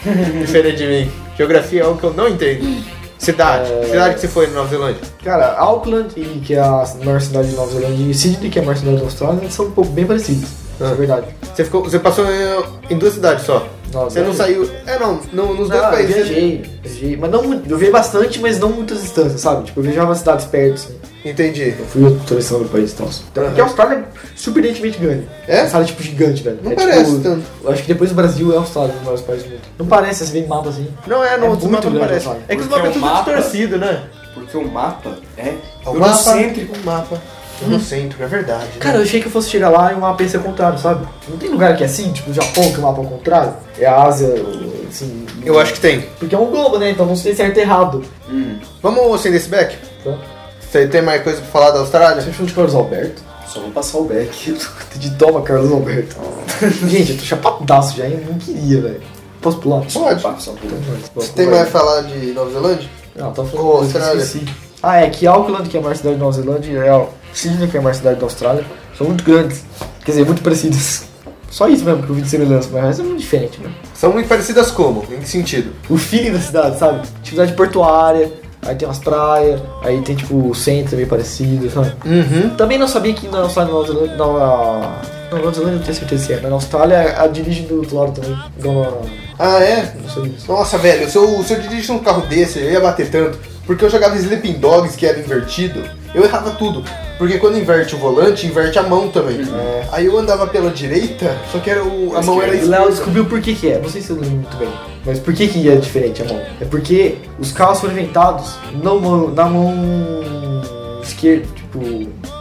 Diferente de mim. Geografia é algo que eu não entendo. Cidade. É. Cidade que você foi na Nova Zelândia. Cara, Auckland, e- que é a maior cidade de Nova Zelândia, e Sydney, que é a maior cidade da Austrália, são um pouco bem parecidos. Isso Ah. é verdade. Você, ficou, você passou em, em duas cidades só. Nova Você não Zelândia. saiu. É, não. não nos dois Não, eu países. né? viajei, viajei, mas não muito, eu viajei bastante, mas não muitas distâncias, sabe? Tipo, eu viajava cidades perto, assim. Entendi. Eu fui atravessando o país e tal. Então, Porque a Austrália é surpreendentemente grande. É? A Austrália é tipo gigante, velho. Não É, parece tipo, tanto. Eu acho que depois do Brasil é a Austrália, um dos maiores países do mundo. Não parece, você vê em mapa assim. Não é, não. É os muito mapas não grande, parecem. sabe? É que os Porque mapas o estão mapa- distorcidos, né? Porque o mapa é O mapa- eurocêntrico. O mapa. Eurocêntrico, é verdade. né? Cara, eu achei que eu fosse chegar lá e o mapa ia ser ao contrário, sabe? Não tem lugar que é assim, tipo o Japão, que o mapa é ao contrário. É a Ásia, assim. eu acho que tem. Porque é um globo, né? Então não sei certo e errado. Hum, Vamos acender esse back? Tá? Você tem mais coisa pra falar da Austrália? Você achou de Carlos Alberto? só vou passar o back. De toma, Carlos Alberto. Gente, eu tô chapadaço já, hein? Eu não queria, velho. Posso pular? Pode. Só por- Você tem mais pra falar de Nova Zelândia? Não, tô Ô, falando coisa que eu Austrália. esqueci. Ah, é que Auckland, que é a maior cidade da Nova Zelândia, e a Sydney, que é a maior cidade da Austrália, são muito grandes. Quer dizer, muito parecidas. Só isso mesmo que eu vi de semelhança, mas é muito diferente, né? São muito parecidas como? Em que sentido? O feeling da cidade, sabe? Atividade portuária, aí tem umas praias, aí tem tipo o centro meio parecido, sabe? Uhum. Também não sabia que na Austrália e Nova Zelândia. Na, na, na Nova Zelândia eu não tenho certeza se é, mas na Austrália a dirige do outro lado também. Igual na. Ah, é? Não sei isso. Nossa, velho, se eu, se eu dirigisse um carro desse, eu ia bater tanto. Porque eu jogava Sleeping Dogs, que era invertido. Eu errava tudo. Porque quando inverte o volante, inverte a mão também. É. Aí eu andava pela direita, só que era o- a mão era O Léo descobriu por que que é. Não sei se eu lembro muito bem. Mas por que que é diferente a mão? É porque os carros foram inventados na mão, na mão esquerda, tipo...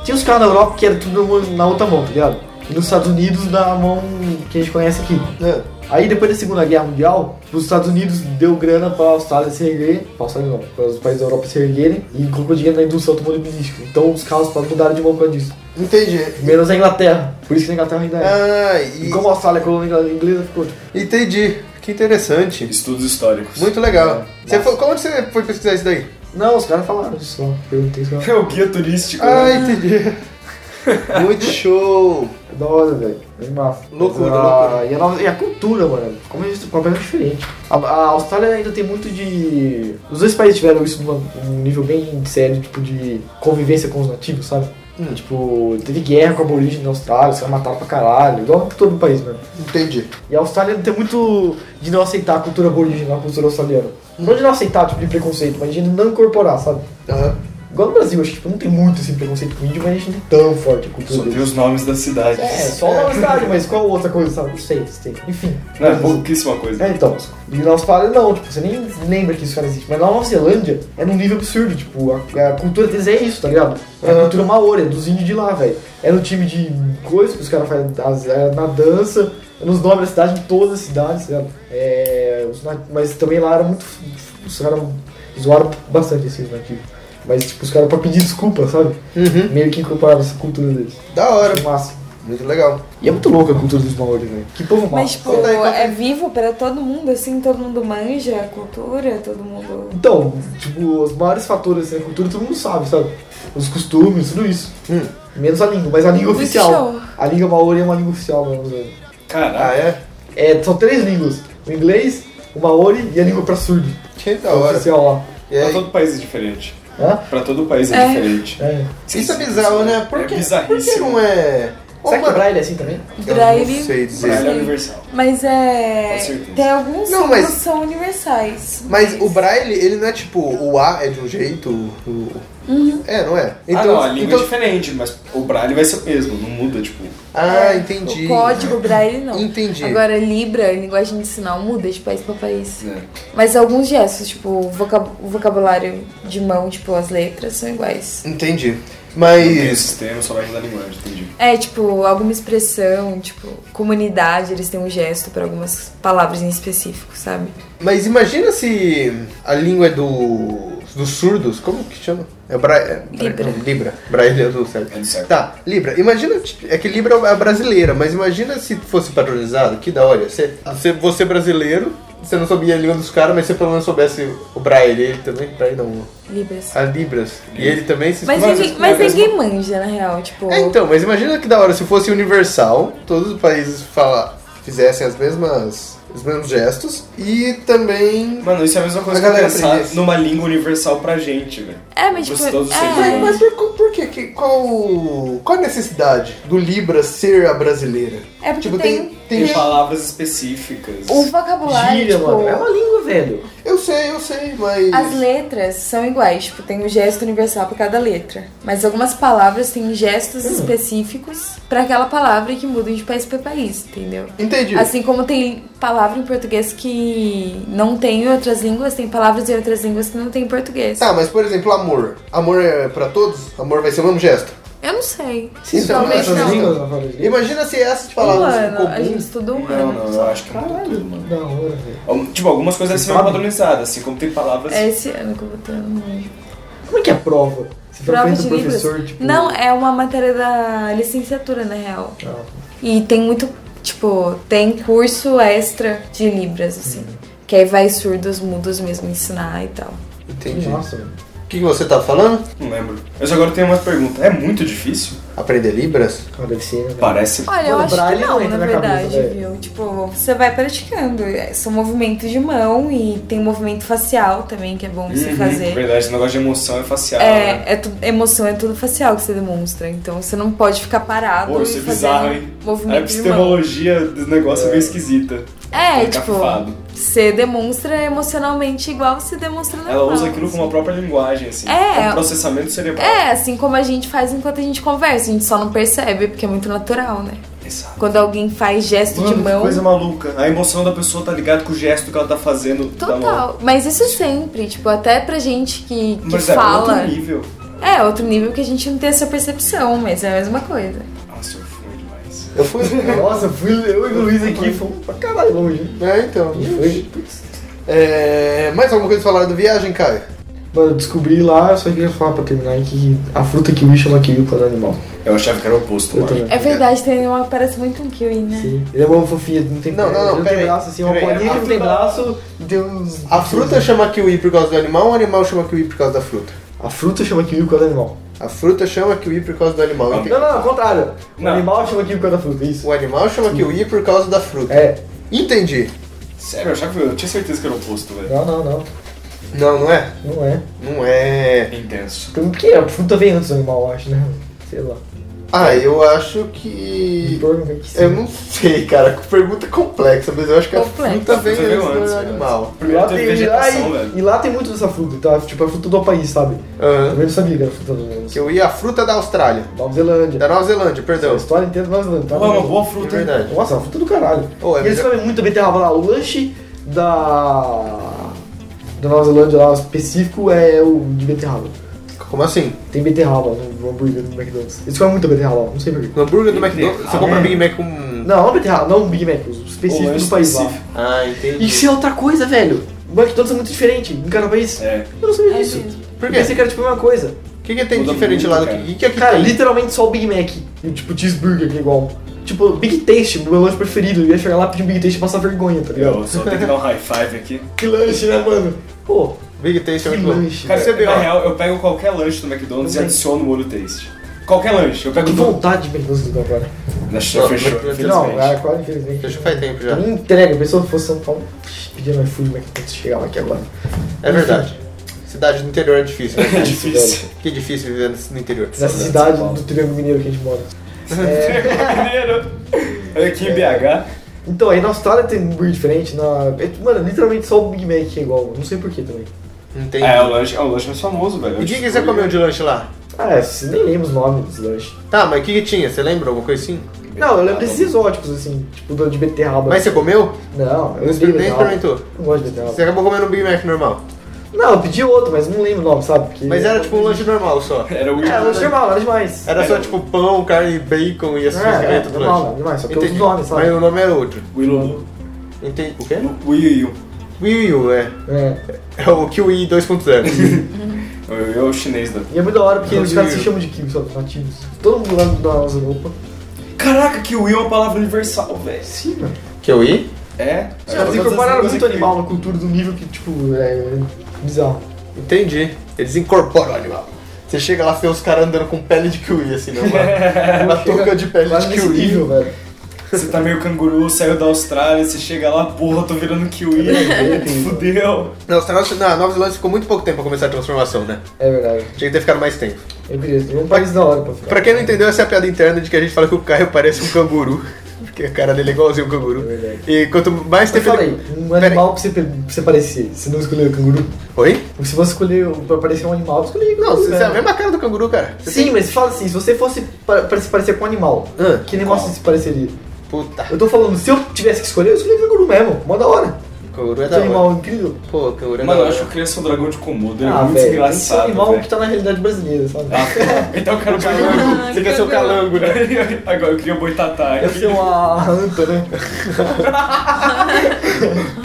Tinha os carros na Europa que era tudo na mão- na outra mão, tá ligado? E nos Estados Unidos na mão que a gente conhece aqui. É. Aí depois da Segunda Guerra Mundial, os Estados Unidos deu grana pra Austrália se erguer, pra Austrália não, para os países da Europa se erguerem e colocou dinheiro na indústria automobilística. Então os carros podem mudar de mão por causa disso. Entendi. Menos a Inglaterra, por isso que a Inglaterra ainda é. Ah, E e- como a Austrália é colônia inglesa, ficou tipo, entendi. Que interessante. Estudos históricos. Muito legal. Você Nossa. foi, como você foi pesquisar isso daí? Não, os caras falaram isso lá. Perguntei isso lá. É o guia turístico. Ah, entendi. Muito show. "É Da hora, velho. Bem massa. Loucura, Mas a- loucura. E a, nova- e a cultura, mano. Como é isso- completamente diferente. A, a Austrália ainda tem muito de. Os dois países tiveram isso numa- num nível bem sério, tipo, de convivência com os nativos, sabe? Hum. Tipo, teve guerra com a aborígene na Austrália, os caras mataram pra caralho, igual todo o país, mano. Entendi. E a Austrália tem muito de não aceitar a cultura aborígene, a cultura australiana. Não de não aceitar, tipo, de preconceito, mas de não incorporar, sabe? Aham. Igual no Brasil, acho que tipo, não tem muito esse preconceito com índio, mas a gente não tem tão forte a cultura Só tem deles. os nomes das cidades. É, só uma cidade, mas qual outra coisa, sabe? Não sei, se tem. Enfim. Não, é pouquíssima coisa. É, então. E na Austrália não, tipo, você nem lembra que isso cara existe. Mas na Nova Zelândia é num nível absurdo, tipo, a, a cultura deles é isso, tá ligado? É a cultura maori, é dos índios de lá, velho. É no time de coisa que os caras fazem as- é na dança, é nos nomes da cidade, em todas as cidades, tá ligado? É, os na- mas também lá era muito. Os caras zoaram bastante esses nativos. Mas, tipo, os caras pra pedir desculpa, sabe? Uhum. Meio que incorporaram essa cultura deles. Da hora. Acho massa. Muito legal. E é muito louca a cultura dos maori, velho. Que povo Mas, massa. tipo, Conta aí, conta aí. é vivo pra todo mundo, assim, todo mundo manja a cultura, todo mundo. Então, tipo, os maiores fatores assim, da cultura todo mundo sabe, sabe? Os costumes, tudo isso. Hum. Menos a língua, mas a língua Muito oficial. show. A língua maori é uma língua oficial, mano. velho. Ah, Caralho. é? É, são três línguas. O inglês, o maori e a língua pra surdo. Que da É hora. oficial lá. E Pra aí, todo país é diferente. Hã? Pra todo país é, É. diferente. É. isso é bizarro, né? Por É que, por que bizarríssimo. não é... Ô, Será que o mano, braille é assim também? Eu não Braille. sei Pra ele dizer. é universal. Mas é. Com certeza. Tem alguns Não, não, mas- são universais. Mas o braille, ele não é tipo, o A é de um jeito, o... Uhum. É, não é? ah, não, a língua então- é diferente, mas o braille vai ser o mesmo, não muda, tipo. Ah, entendi. é, O código Braille não. Entendi. Agora, Libra, linguagem de sinal, muda de país pra país. né? Mas alguns gestos, tipo, o vocab- o vocabulário de mão, tipo, as letras são iguais. Entendi. É Não tem o Mas... sistema, só vai mudar a linguagem, entendi. É, tipo, alguma expressão, tipo, comunidade, eles têm um gesto pra algumas palavras em específico, sabe? Mas imagina se a língua é do, dos surdos, como que chama? É bra... é bra- Libra. não, Libra. Braille é do certo. É do certo. Tá, Libra. Imagina, tipo, é que Libra é a brasileira, mas imagina se fosse padronizado, que da hora. ia ser. Ah. Você, você é brasileiro, você não sabia a língua dos caras, mas você pelo menos soubesse o Braille, ele também, Braille não, Libras. as Libras. E ele também se... Mas, mas- ninguém, mas mas- ninguém manja, na real, tipo... É, então, mas imagina que da hora se fosse universal, todos os países fala, fizessem as mesmas, os mesmos gestos e também... Mano, isso é a mesma coisa A que eu galera pensar aprende isso. numa língua universal pra gente, velho. É, mas Pros tipo... todos os seres é, humanos. Mas por, por que, que- Qual, qual a necessidade do Libra ser a brasileira? é porque Tipo, tem, tem. Tem tem- palavras específicas. o vocabulário, Gíria, tipo... mano. É uma língua, velho. Eu sei, eu sei, mas. As letras são iguais, tipo, tem um gesto universal pra cada letra. Mas algumas palavras têm gestos específicos pra aquela palavra que mudam de país pra país, entendeu? Entendi. Assim como tem palavra em português que não tem em outras línguas, tem palavras em outras línguas que não tem em português. Tá, mas por exemplo, amor. Amor é pra todos? Amor vai ser o mesmo gesto? Eu não sei. Sim, é então, Talvez essas não. línguas- não. Imagina se essas palavras Humano, a gente comuns. estuda Não, humano. não, eu acho que mudou tudo, mano. Da hora, velho. Al- Tipo, algumas coisas Você serão sabe? padronizadas, assim como tem palavras. É esse ano que eu vou ter no Como é que é a prova? Você fica Prova frente de do livros. professor, tipo. Não, é uma matéria da licenciatura, na real. Ah, E tem muito, tipo, tem curso extra de Libras, assim. Uhum. Que aí vai surdos, mudos mesmo ensinar e tal. Entendi. O Nossa, mano. que, que você tá falando? Não lembro. Mas agora eu tenho uma pergunta. É muito difícil? Aprender Libras? Ah, deve ser, né? velho? Parece. Olha, eu Mano, acho que braille não não, entra na na cabeça, verdade, velho. viu? Tipo, você vai praticando. É, São movimentos de mão e tem um movimento facial também, que é bom você Uhum, fazer. Verdade, esse negócio de emoção é facial. né? É, é tu- emoção é tudo facial que você demonstra. Então você não pode ficar parado Pô, e isso é fazer bizarro, hein? É A movimento de mão. epistemologia do negócio é meio esquisita. É, Fica tipo, fado. você demonstra emocionalmente igual você demonstra na Ela fala, usa aquilo assim. como a própria linguagem, assim. É. Um processamento cerebral. É, assim como a gente faz enquanto a gente conversa, a gente só não percebe, porque é muito natural, né? Exato. Quando alguém faz gesto Mano, de que mão. coisa maluca. A emoção da pessoa tá ligada com o gesto que ela tá fazendo da mão. Total. Mas isso sempre, tipo, até pra gente que, que Mas é fala. outro nível. é, outro nível que a gente não tem essa percepção, mas é a mesma coisa. Nossa, eu fui demais. Eu fui. Nossa, fui, eu e o Luiz aqui fomos pra caralho longe. É, então. Foi. É, mais alguma coisa pra falar do viagem, Caio? Mano, eu descobri lá, só queria falar pra terminar que a fruta kiwi chama kiwi quando é animal. Eu achava que era o oposto, Eu mano. também. É verdade, tem animal que parece muito um kiwi, né? Sim. Ele é uma fofinha, não tem Não, não, não, ele tem pera aí, braço, assim, pera uma aí. bolinha que A não tem fruta- braço, um tem uns... é A fruta chama kiwi por causa do animal ou o animal chama kiwi por causa da fruta? A fruta chama kiwi quando é animal. A fruta chama kiwi por causa do animal. Não, entende? Não, não, ao contrário. O Não. animal chama kiwi quando é fruta, isso. O animal chama kiwi por causa da fruta. É. Entendi. Sério, eu achava que eu tinha certeza que era o oposto, velho. Não, não, não. Não, não é? Não é. Não é. É intenso. Por que? A fruta vem antes do animal, eu acho, né? Sei lá. Ah, eu acho que. Provavelmente sim. Eu não sei, cara. Pergunta complexa, mas eu acho que a Complexa. fruta vem Você veio antes antes, do né? animal. E Primeiro lá, teve tem, e, lá, vegetação, e, velho. e lá tem muito dessa fruta, tá? Tipo, a fruta do país, sabe? Eu Aham. também não sabia que era fruta do mundo. Kiwi é a fruta da Austrália. Nova Zelândia. Da Nova Zelândia, A perdão. história inteira da Nova Zelândia. tá? Pô, é uma boa É fruta, hein? verdade. Nossa, é uma fruta do caralho. Pô, é e eles melhor- comem muito beterraba na lanche da. Da Nova Zelândia lá, específico é o de beterraba. Como assim? Tem beterraba no hambúrguer do McDonald's. Eles comem muita beterraba, lá, não sei porquê. No hambúrguer do Big McDonald's. Mac. Você Ah, compra é. Big Mac com. Não, não beterraba, não Big Mac, os Ou é específicos lanche do país lá. específico. Ah, entendi. Isso é outra coisa, velho. O McDonald's é muito diferente em cada país. É. Eu não sabia É disso. mesmo. Por Eu quê? pensei que era tipo a mesma coisa. O que, que tem de Muda diferente muito, lá do cara. que? O que aqui Cara, tem? literalmente só o Big Mac. E, tipo, cheeseburger que é igual. Tipo, Big Taste, meu lanche preferido. Eu ia chegar lá pedir um Big Taste e passar vergonha, tá ligado? Eu só tenho que dar um high five aqui. Que lanche, né, mano? Pô, Big Taste é que muito bom. lanche. Cara, Você na viu, ó. real, eu pego qualquer lanche do McDonald's e Também. adiciono o molho taste. Qualquer lanche, eu pego Que do... Tá vontade de McDonald's do agora. Da Não, Fechou, mas- infelizmente. Não, é, quase infelizmente. Deixa faz tempo já. Não entrega, a pessoa que fosse São Paulo pedia no iFood, é McDonald's chegava aqui agora. É verdade. Cidade do interior é difícil, né? É difícil. que difícil viver nesse- no interior. Nessa Saudades de cidade São Paulo. do Triângulo Mineiro que a gente mora. É, Mineiro. Aqui em BH. Então, aí na Austrália tem um burger diferente, na... é, mano, literalmente só o Big Mac que é igual, não sei porquê também. Entendi. É, o lanche é o lanche mais famoso, velho. E o que, que você comeu de lanche lá? Ah, é, você nem lembra os nomes dos lanches. Tá, mas o que, que tinha? Você lembra alguma coisa assim? Não, eu lembro desses exóticos, assim, tipo do de beterraba. Mas você comeu? Não, eu odeio Nem beterraba. experimentou. Não gosto de beterraba. Você acabou comendo um Big Mac normal. Não, eu pedi outro, mas não lembro o nome, sabe? Porque... Mas era tipo um lanche normal só. Era o É, era lanche último. normal, era demais. Era só tipo pão, carne, bacon e esses É, é, ingredientes do normal, lanche. normal, só que Entendi. os nomes, sabe? Mas o nome era outro. O Ilulu. Entendi. O quê? O Iuiu. Wiu, é. É. É o Kiwi 2.0. O Iuiu é o chinês da... E é muito da hora porque Não os caras digo. se chamam de kiwi, só os nativos. Todo mundo lá da nossa Europa. Caraca, que Will é uma palavra universal, velho. Sim, mano. Kiwi? É. Os caras incorporaram muito animal na cultura do nível que, tipo, é bizarro. Entendi. Eles incorporam o animal. Você chega lá, você vê os caras andando com pele de kiwi, assim, né? Uma, uma touca de pele Quase de nesse kiwi. nível, velho. Você tá meio canguru, saiu da Austrália, você chega lá, porra, tô virando kiwi. Fudeu. Não, os caras- não, a Nova Zelândia ficou muito pouco tempo pra começar a transformação, né? É verdade. Tinha que ter ficado mais tempo. Eu queria ter um país da hora pra ficar. Pra quem não entendeu, essa é a piada interna de que a gente fala que o Caio parece um canguru. Porque a cara dele é igualzinho um canguru. É verdade. E quanto mais Eu tempo falei, ele... um Pera aí. animal pra você, pe- pra você parecer. Você não escolheu o canguru? Oi? Se você escolher o- pra parecer um animal, você escolheu o Não, canguru. você né? é a mesma cara do canguru, cara. Você Sim, tem- mas fala assim, se você fosse pa- pra se parecer com um animal, Ah. que animal Qual? você se pareceria? Puta, Eu tô falando, se eu tivesse que escolher, eu escolhi canguru mesmo. Mó da hora. canguru é Que da hora. animal incrível. Pô, canguru é Mano, da hora. eu acho que eu queria ser um dragão de Komodo, ele é Ah, muito velho, esse é um engraçado, animal velho. que tá na realidade brasileira, sabe? Ah, então eu quero calango. Você quer ser o calango, né? Agora eu queria boitatá Deve aqui. ser uma anta, né?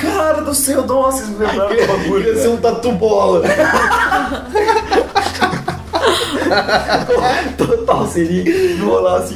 Cara do céu, nossa, vocês me lembraram do bagulho. Deve ser velho. um tatu-bola. Total seria enrolar assim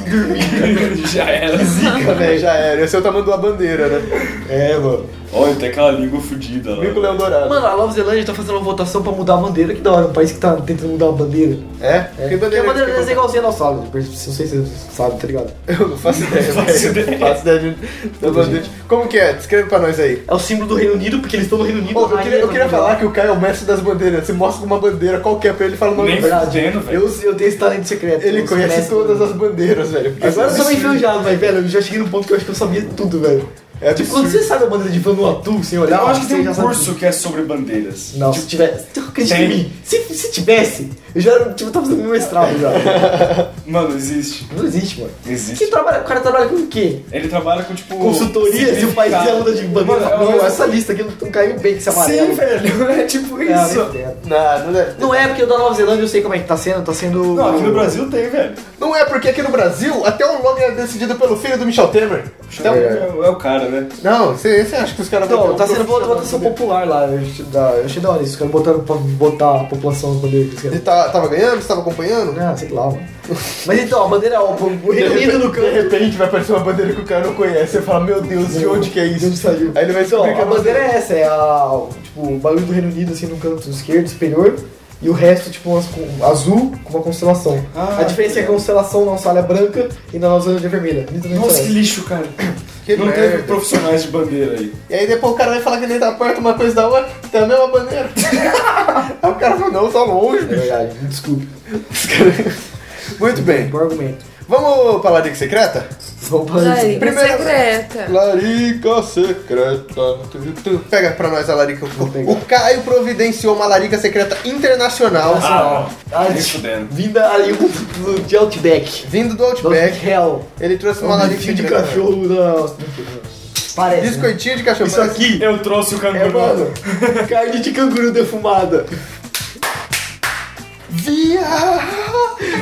dormindo. Já era zica. Zica, velho, já era. Esse é o tamanho de uma bandeira, né? É, mano. Olha, tem aquela língua fudida lá. Bico leão é dourado. Mano, a Nova Zelândia tá fazendo uma votação pra mudar a bandeira. Que da hora, um país que tá tentando mudar a bandeira. É? É, Que porque a bandeira bandeira que deles é você igualzinha da Austrália. Não sei se você sabe, tá ligado? compra? Eu não faço ideia, Não faço velho. ideia. Não faço ideia de- um- da bandeira. Como que é? Descreve pra nós aí. É o símbolo do Reino Unido, porque eles estão no Reino Unido. Pô, eu queria, eu Ai, queria é falar que o Caio é o mestre das bandeiras. Você mostra uma bandeira qualquer pra ele e fala o nome Nem dela. fudendo, velho. Eu, eu tenho esse talento secreto. Ele eu conhece mestre. todas as bandeiras, velho. Porque é Agora eu você- sou meio enferrujado, mas velho, eu já cheguei num ponto que eu acho que eu sabia tudo, velho. É Tipo, quando absurdo. você sabe a bandeira de Vanuatu sem olhar, Eu acho que você tem já um sabe curso que é sobre bandeiras. Tipo, Não, se tivesse. Tu acredita em Tem? mim? Se, se tivesse, eu já era, tipo, tava fazendo meu mestrado já. Mano, existe. Não existe, mano. Que Existe. trabalha, o cara trabalha com o quê? Ele trabalha com, tipo... Consultoria, se o país é significado. muda de bandeira. Mano, é o não, mesmo- essa lista aqui não caiu um bem que esse amarelo. Sim, velho. É tipo Não, não isso. entendo. Não, não deve. Não é porque eu da Nova Zelândia eu sei como é que tá sendo, tá sendo. Não, aqui no Brasil tem, velho. Não é porque aqui no Brasil até o nome é decidido pelo filho do Michel Temer. Então, É o- é o cara, né? não, você você acha que os caras Então, vão ter tá um sendo profissional votação também? popular lá. Eu achei da, eu achei da hora isso. Os caras botaram pra botar a população no poder. que Ele eles tá- tava ganhando, você tava acompanhando? querem. Ah, sei lá, mano. Mas então, a bandeira. O, o De Reino Unido repente, de no campo. repente vai aparecer uma bandeira que o cara não conhece. Você fala, meu Deus, de onde que é De onde isso? saiu? Aí ele vai então, descobrir que a é você. bandeira é essa, é a, tipo, o bagulho do Reino Unido assim no canto esquerdo, superior, e o resto, tipo, umas com- azul com uma constelação. Ah, a diferença é que a constelação na Austrália é branca e na Nova Zelândia é vermelha. Literalmente só Nossa, que essa. lixo, cara. Que Não merda. teve profissionais de bandeira aí. E aí depois o cara vai falar que nem tá perto uma coisa da outra, tem a mesma bandeira. aí o cara fala, não, tá longe, É bicho. verdade, me desculpe. Muito bem. Bom argumento. Vamos pra larica secreta? Vamos pra Larica Primeiro- secreta. Larica secreta. Tu, tu. Pega pra nós a larica. Vou pegar. O Caio providenciou uma larica secreta internacional Ah, Ah, nem des- fudendo. Vinda ali do, do, de Outback. vindo do Do Outback. Hell. Ele trouxe uma Um larica bifinho de secreta. cachorro da... Parece. né? Biscoitinho de cachorro. Isso aqui Eu trouxe o É, canguru. mano, carne de canguru defumada. Via!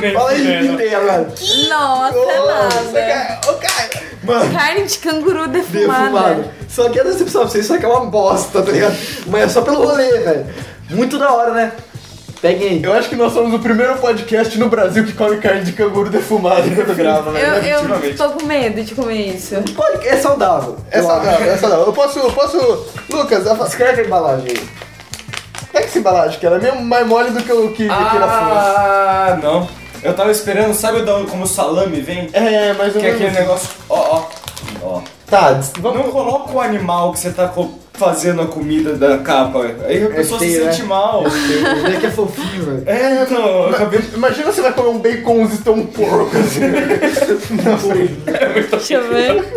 Nem Fala aí, fudendo. Viteia, mano. Nossa, é Oh, Nossa, é- nada. Caio. Ô, Caio. Mano, Carne de canguru defumada. defumada. Só que é decepção pra vocês, só que é uma bosta, tá ligado? Mas é só pelo rolê, velho. Muito da hora, né? Peguem aí. Eu acho que nós somos o primeiro podcast no Brasil que come carne de canguru defumada enquanto grava, Eu, velho. eu definitivamente. tô com medo de comer isso. Pode, é saudável. eu Essa acho. não, essa não. Eu posso, eu posso. Lucas, a... fa- Escreve a embalagem aí. pega essa embalagem, que ela é meio mais mole do que o que que na sua. Ah, não. Eu tava esperando, sabe da onde- como o salame vem? É, mas eu Que é aquele negócio, ó, ó, Tá, des- ó. Não coloca o animal que você tá co- fazendo a comida da capa. Aí a pessoa se feio, sente né? mal. Ele que é fofinho, velho. É, não, eu acabei de... imagina você vai comer um baconzito ou um porco assim. Não sei. Deixa eu ver.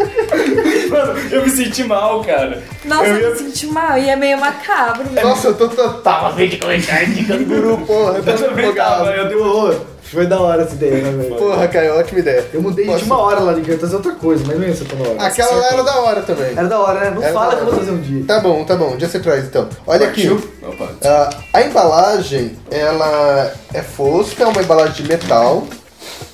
Mano, eu me senti mal, cara. Nossa, eu É. eu me senti mal e é meio macabro. né? Nossa, eu tô total afim de comer carne de canguru, porra. Eu tô Eu também tava, empolgado. eu dei um... Ô, Foi da hora essa ideia, né, velho? Porra, Caio, ótima ideia. Eu mudei Posso- de uma hora lá de cantas, outra coisa, mas não ia ser tão da hora. Aquela lá era da hora também. Era da hora, né? Não Era fala da que eu hora. vou fazer um dia. Tá bom, tá bom. Já você traz então. Olha aqui. Partiu? Opa. Ah, a embalagem, ela é fosca, é uma embalagem de metal.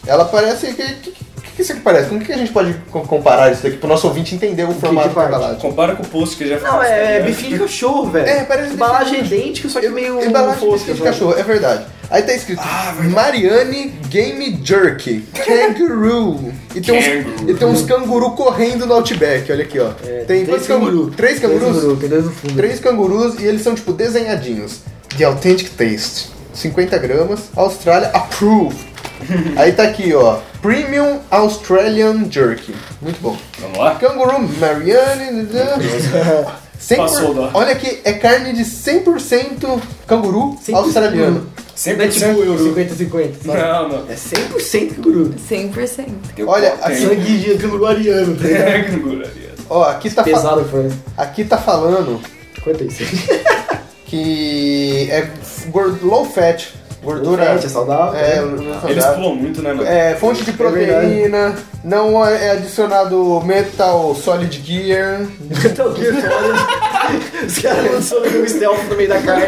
Ela parece. O que, que, que isso aqui parece? Com o que a gente pode co- comparar isso daqui pro nosso ouvinte entender o formato da parte? embalagem? Compara com o post que já Não, falou, é, tá é ligado? bifinho de cachorro, velho. É, parece Embalagem idêntica, só que meio embalagem de bife fosca. de sabe? Ah, cachorro, é verdade. Aí tá escrito Mariane Game Jerky Kangaroo. E tem, uns, Kangaroo. e tem uns canguru correndo no Outback, olha aqui, ó. É, tem três quantos canguru? cangurus. Três cangurus? Tem dois no fundo. Três cangurus e eles são tipo desenhadinhos. The Authentic Taste. 50 gramas. Austrália Approved. Aí tá aqui, ó. Premium Australian Jerky. Muito bom. Vamos lá? Canguru Marianne. Cem por- Passou da- Olha aqui, é carne de 100% canguru 100% australiano. Não é Sempre tipo sempre- 50-50, sabe? Não, não. É 100% canguru. 100%. Eu Olha, coloquei. assim- Sangue de canguru ariano, tá ligado? É, canguru, aliás. Ó, aqui tá, fa- Pesado, né? Fran. aqui tá falando 56. que é gor- low fat. Gordura. Fat, é saudável, É, né? gordura Eles saudável. pulam muito, né, mano? É, fonte de proteína, não é adicionado metal solid gear. Metal Gear Solid. Tá Os caras lançando um stealth no meio da carne.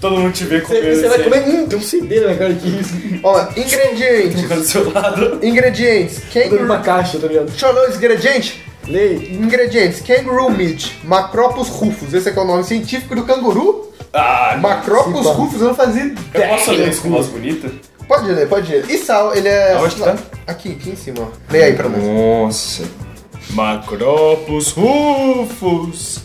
Todo mundo te vê comendo. Você você vai assim, comer. Hum, tem um CD na minha cara que isso. Ó, ingredientes. Do seu lado. Ingredientes. Dando uma Kangaroo. caixa, tá ligado? Deixa eu ler os ingredientes. Lei. Ingredientes: kangaroo meat, Macropus rufus. Esse é que é o nome científico do canguru. Ah, Macropus Sim, pá. rufus, eu não fazia eu ideia. posso ler isso com voz bonita? Pode ler, pode ler. E sal, ele é. Aonde que tá? Aqui, aqui em cima. ó. Lê aí Hum. pra nós. Nossa. Macropus rufus.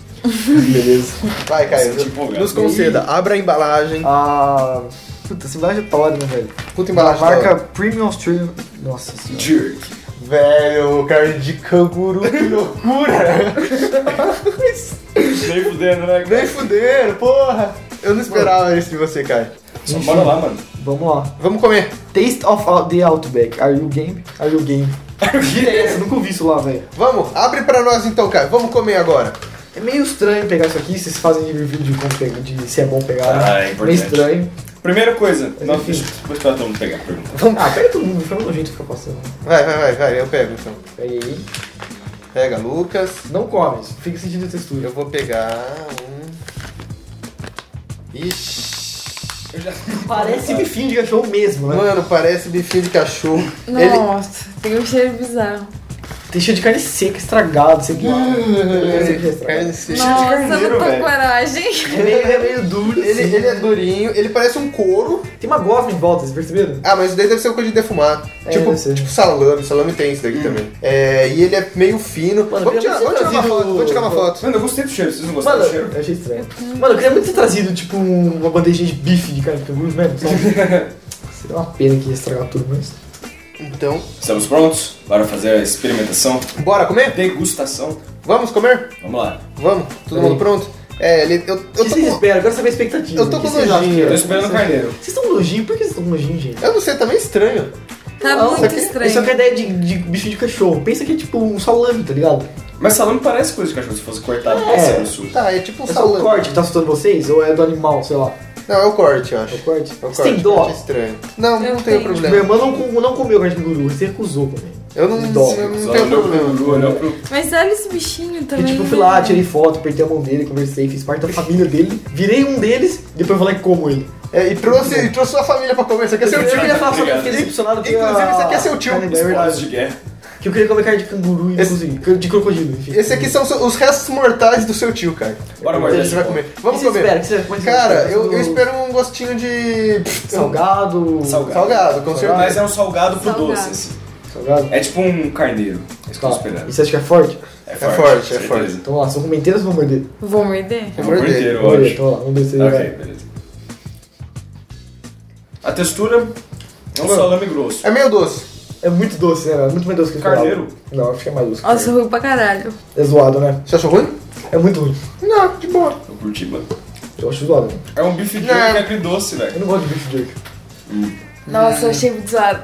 Beleza. Vai, Caio. Nossa, tipo, Nos velho. conceda. Abra a embalagem. Ah. Puta, essa embalagem é toda, né, velho? Puta A embalagem. da hora. marca Premium Australian. Nossa senhora. Jerk. Velho, carne de canguru, que loucura. Nem fudendo, né? Nem fuder, porra! Eu não esperava isso de você, cara. Só bora lá, mano. Vamos lá. Vamos comer. Taste of the Outback. Are you game? Are you game? Que é essa? Nunca ouvi isso lá, velho. Vamos, abre pra nós então, cara. Vamos comer agora. É meio estranho pegar isso aqui, vocês fazem de vídeo de como pegar, de se é bom pegar. Ah, né? é importante. Meio estranho. Primeira coisa, Mas não, enfim. deixa, vou esperar todo mundo pegar a pergunta. Ah, pega todo mundo, foi um jeito ficar passando. Vai, vai, vai, vai. Eu pego então. Pega aí. Pega, Lucas. Não come, fica sentindo a textura. Eu vou pegar um. Ixi. Parece bifinho de cachorro mesmo, né? Mano, parece bifinho de cachorro. Nossa, tem um cheiro bizarro. Tem cheiro de carne seca, estragado, sequinho. Ele. Carne seca. Nossa, eu não carneiro, tô velho. com coragem. É meio, é meio duro, Ele, assim. ele é durinho, ele parece um couro. Tem uma gosma em volta, vocês perceberam? Ah, mas daí deve ser uma coisa de defumar. É, tipo, deve ser. Hum. tipo salame, salame tem isso daqui também. É, e ele é meio fino. Mano, vamos tirar, devia ter vamos tirar uma trazido- foto, vou tirar uma foto. Mano, eu gostei do cheiro, vocês não gostaram Mano, do cheiro? eu achei estranho. Mano, eu queria muito ter trazido, tipo, uma bandejinha de bife de carne de canguru mesmo, sabe? Seria uma pena que ia estragar tudo, mas... Então, Estamos prontos? Bora fazer a experimentação, bora comer? degustação. Vamos comer? Vamos lá. Vamos, todo Peraí. mundo pronto? É, ele. Eu, O eu que tô vocês com. esperam? Eu quero saber a expectativa. Eu tô O com que vocês nojinho. acham? Eu tô esperando o carneiro. Vocês estão nojinho? Por que vocês estão nojinho, gente? Eu não sei, tá meio estranho. Tá Não, muito Isso é estranho. uma ideia de, de bicho de cachorro. Pensa que é tipo um salame, tá ligado? Mas salame parece coisa de cachorro se fosse cortado É. pra ser no sul. Tá, é tipo um É só o salame. corte que tá assustando vocês? Ou é do animal, sei lá? Não, é o corte, eu acho. É o corte? É o Você tem corte, dó? corte é estranho. Não, Eu não tenho tenho. problema. Minha irmã não, com- não comeu carne de canguru, você recusou comer. Eu não, Dó. Tá, eu não Só tenho olhou pro Gugu, problema. É olhou pro- Mas olha esse bichinho Eu, também. tipo, né? fui lá, tirei foto, apertei a mão dele, conversei, fiz parte da família dele, virei um deles, depois eu falei como ele. É, e trouxe, e trouxe sua família pra comer, isso aqui é seu eu tio. queria falar sobre eu Obrigado. fiquei decepcionado porque Inclusive, a- esse aqui é seu tio. Carne- É Esportes de verdade. guerra. Que eu queria comer carne de canguru, Esse- inclusive, de crocodilo, enfim. Esse aqui são os restos mortais do seu tio, cara. Bora Então, morder. você vai comer. O Vamos que você espera? O comer. que você- como é que você Cara, espera? eu, eu Do- espero um gostinho de. pff, Salgado. Salgado. Salgado, com certeza. Mas é um salgado pro Salgado. doce, assim. Salgado. É tipo um carneiro. É isso que eu tô Tá. esperando. E você acha que é forte? É forte, é certeza. forte. Então, ó, se eu comer inteiro, eu vou morder. Vou morder? É um Vou morder. cordeiro, eu Vamos ver, acho. então, ó, vamos ver se ele Ok, vai. beleza. A textura é um salame grosso. É meio doce. É muito doce, né? É muito mais doce que eu esperava. Carneiro? Não, acho que é mais doce. que eu Nossa, ruim pra caralho. esperava. É zoado, né? Você achou ruim? É muito ruim. Não, de boa. Eu curti, mano. Eu acho zoado. né? É um bife de Não. é agridoce, velho. Eu não gosto de bife jerky. Nossa, eu achei muito zoado.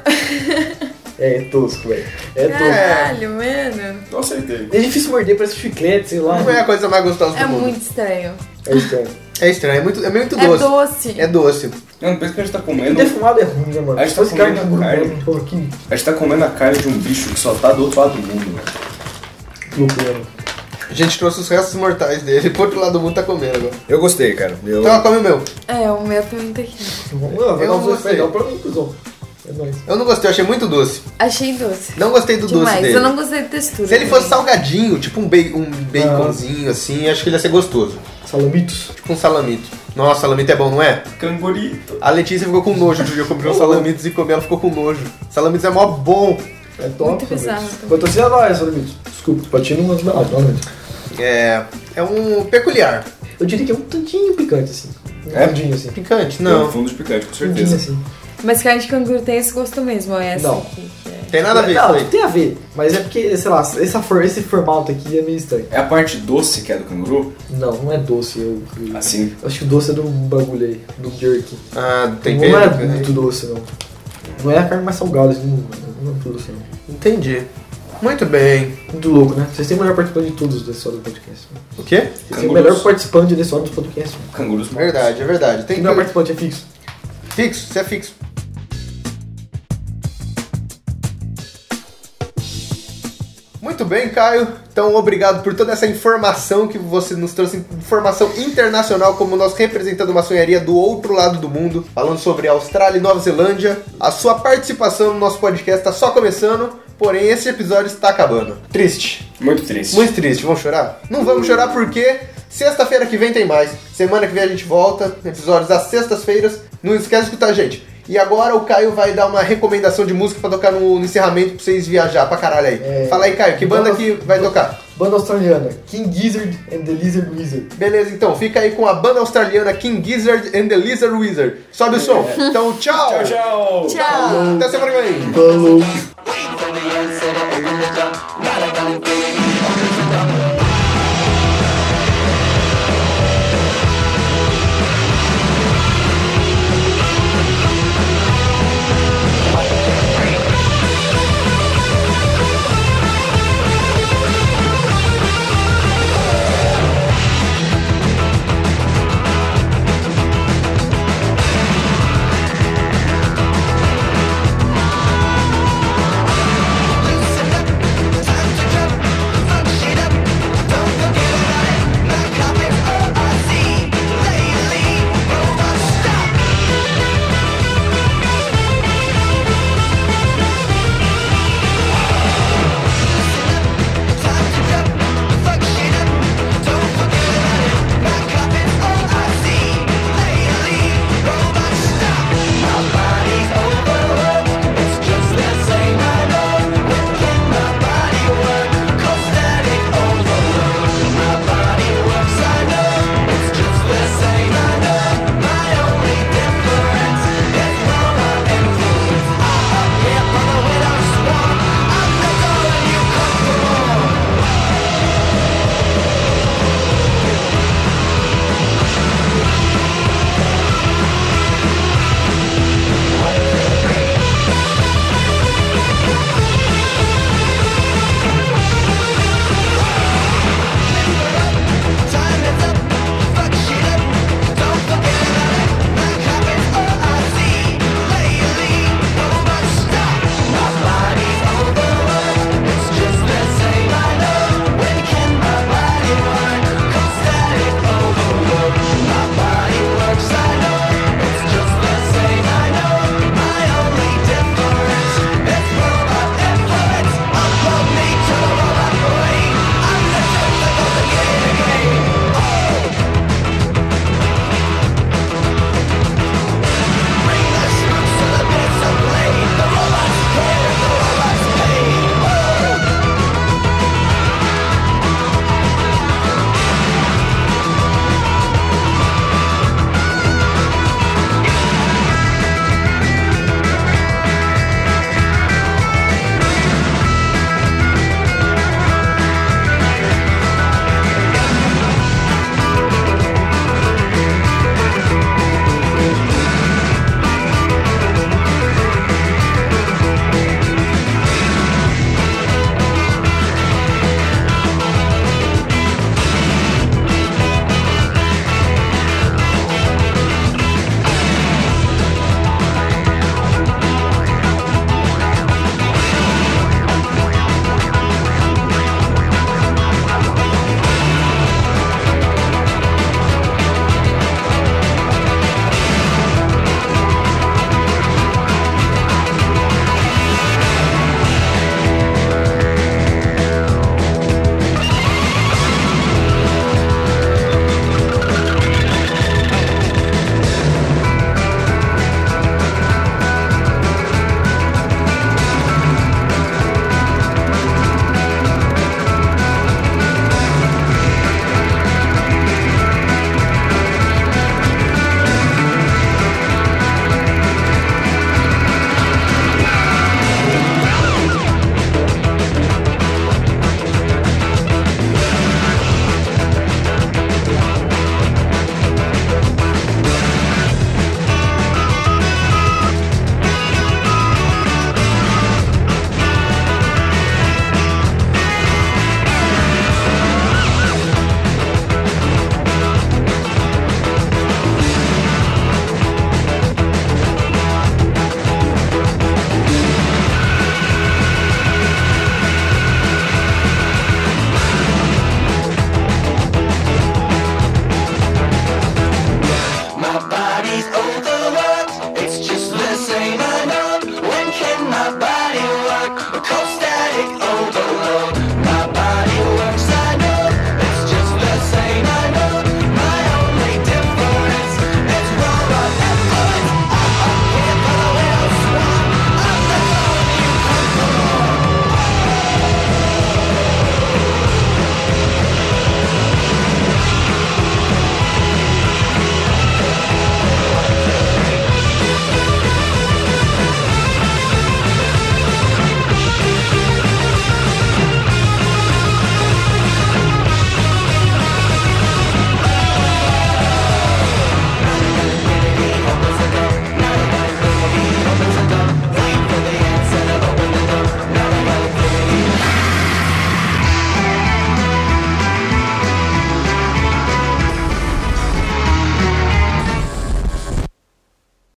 É tosco, velho. É tosco. Caralho, mano. Eu acertei. É difícil morder, parece chiclete, sei lá. Não é a coisa mais gostosa É do mundo. muito estranho. É estranho. É estranho, é muito, é muito É doce. doce. É doce. Não, depois que a gente tá E comendo. defumado é ruim, né, mano? Aí você tá Se fosse carne comendo de carne. burro, pô, que A gente tá comendo a carne de um bicho que só tá do outro lado do mundo, velho. loucura. mano. A gente trouxe os restos mortais dele. Pro outro lado do mundo tá comendo agora. Eu gostei, cara. Eu... Então, ó, come o meu. É, o meu também tá aqui. Vamos lá, vai Eu dar não um gostei. doce legal pra mim, cuzão. É nóis. Eu não gostei, eu achei muito doce. Achei doce. Não gostei do doce Demais. dele. Eu não gostei da textura. né? Se ele também. fosse salgadinho, tipo um, ba- um baconzinho assim, acho que ele ia ser gostoso. Salamitos. Tipo um salamito. Nossa, salamito é bom, não é? Cangorito. A Letícia ficou com nojo outro dia. Eu comprei um salamitos e comi, ela ficou com nojo. Salamitos é mó bom. É top, assim, Muito bizarro. salamitos. Patrocina nós, salamitos. Desculpa, patrocina umas não, não, não. É. É um peculiar. Eu diria que é um tantinho picante, assim. Um É? tantinho, assim. Picante? Tem um Não. fundo de picante, com Um tantinho, certeza. assim. Mas carne de canguru tem esse gosto mesmo, é essa Não. aqui. que é. Tem nada a ver isso Não, aí. tem a ver, mas é porque, sei lá, essa for- esse formato aqui é meio estranho. É a parte doce que é do canguru? Não, não é doce. Eu, eu- Assim. eu acho que o doce é do bagulho aí, do jerky. Ah, tem não é peito, muito doce, não. Não é a carne mais salgada, assim, não, não é muito doce, não. Entendi. Muito bem. Muito louco, né? Vocês têm o melhor participante de todos da história do podcast. Vocês O quê? têm o Cangurus. melhor participante da história do podcast. Cangurus. Verdade, é verdade. O Tem melhor que- participante é fixo. Fixo, você é fixo. Muito bem, Caio. Então, obrigado por toda essa informação que você nos trouxe, informação internacional, como nós representando uma sonharia do outro lado do mundo, falando sobre Austrália e Nova Zelândia. A sua participação no nosso podcast está só começando, porém esse episódio está acabando. Triste. Muito triste. Muito triste, vamos chorar? Não vamos chorar porque sexta-feira que vem tem mais. Semana que vem a gente volta, episódios às sextas-feiras. Não esquece de escutar a gente. E agora o Caio vai dar uma recomendação de música pra tocar no, no encerramento pra vocês viajar pra caralho aí. É. Fala aí, Caio, que banda que vai tocar? Banda australiana, King Gizzard and the Lizard Wizard. Beleza, então, fica aí com a banda australiana King Gizzard and the Lizard Wizard. Sobe o som. Então, tchau. Tchau, tchau. Tchau. Até semana que vem. Falou!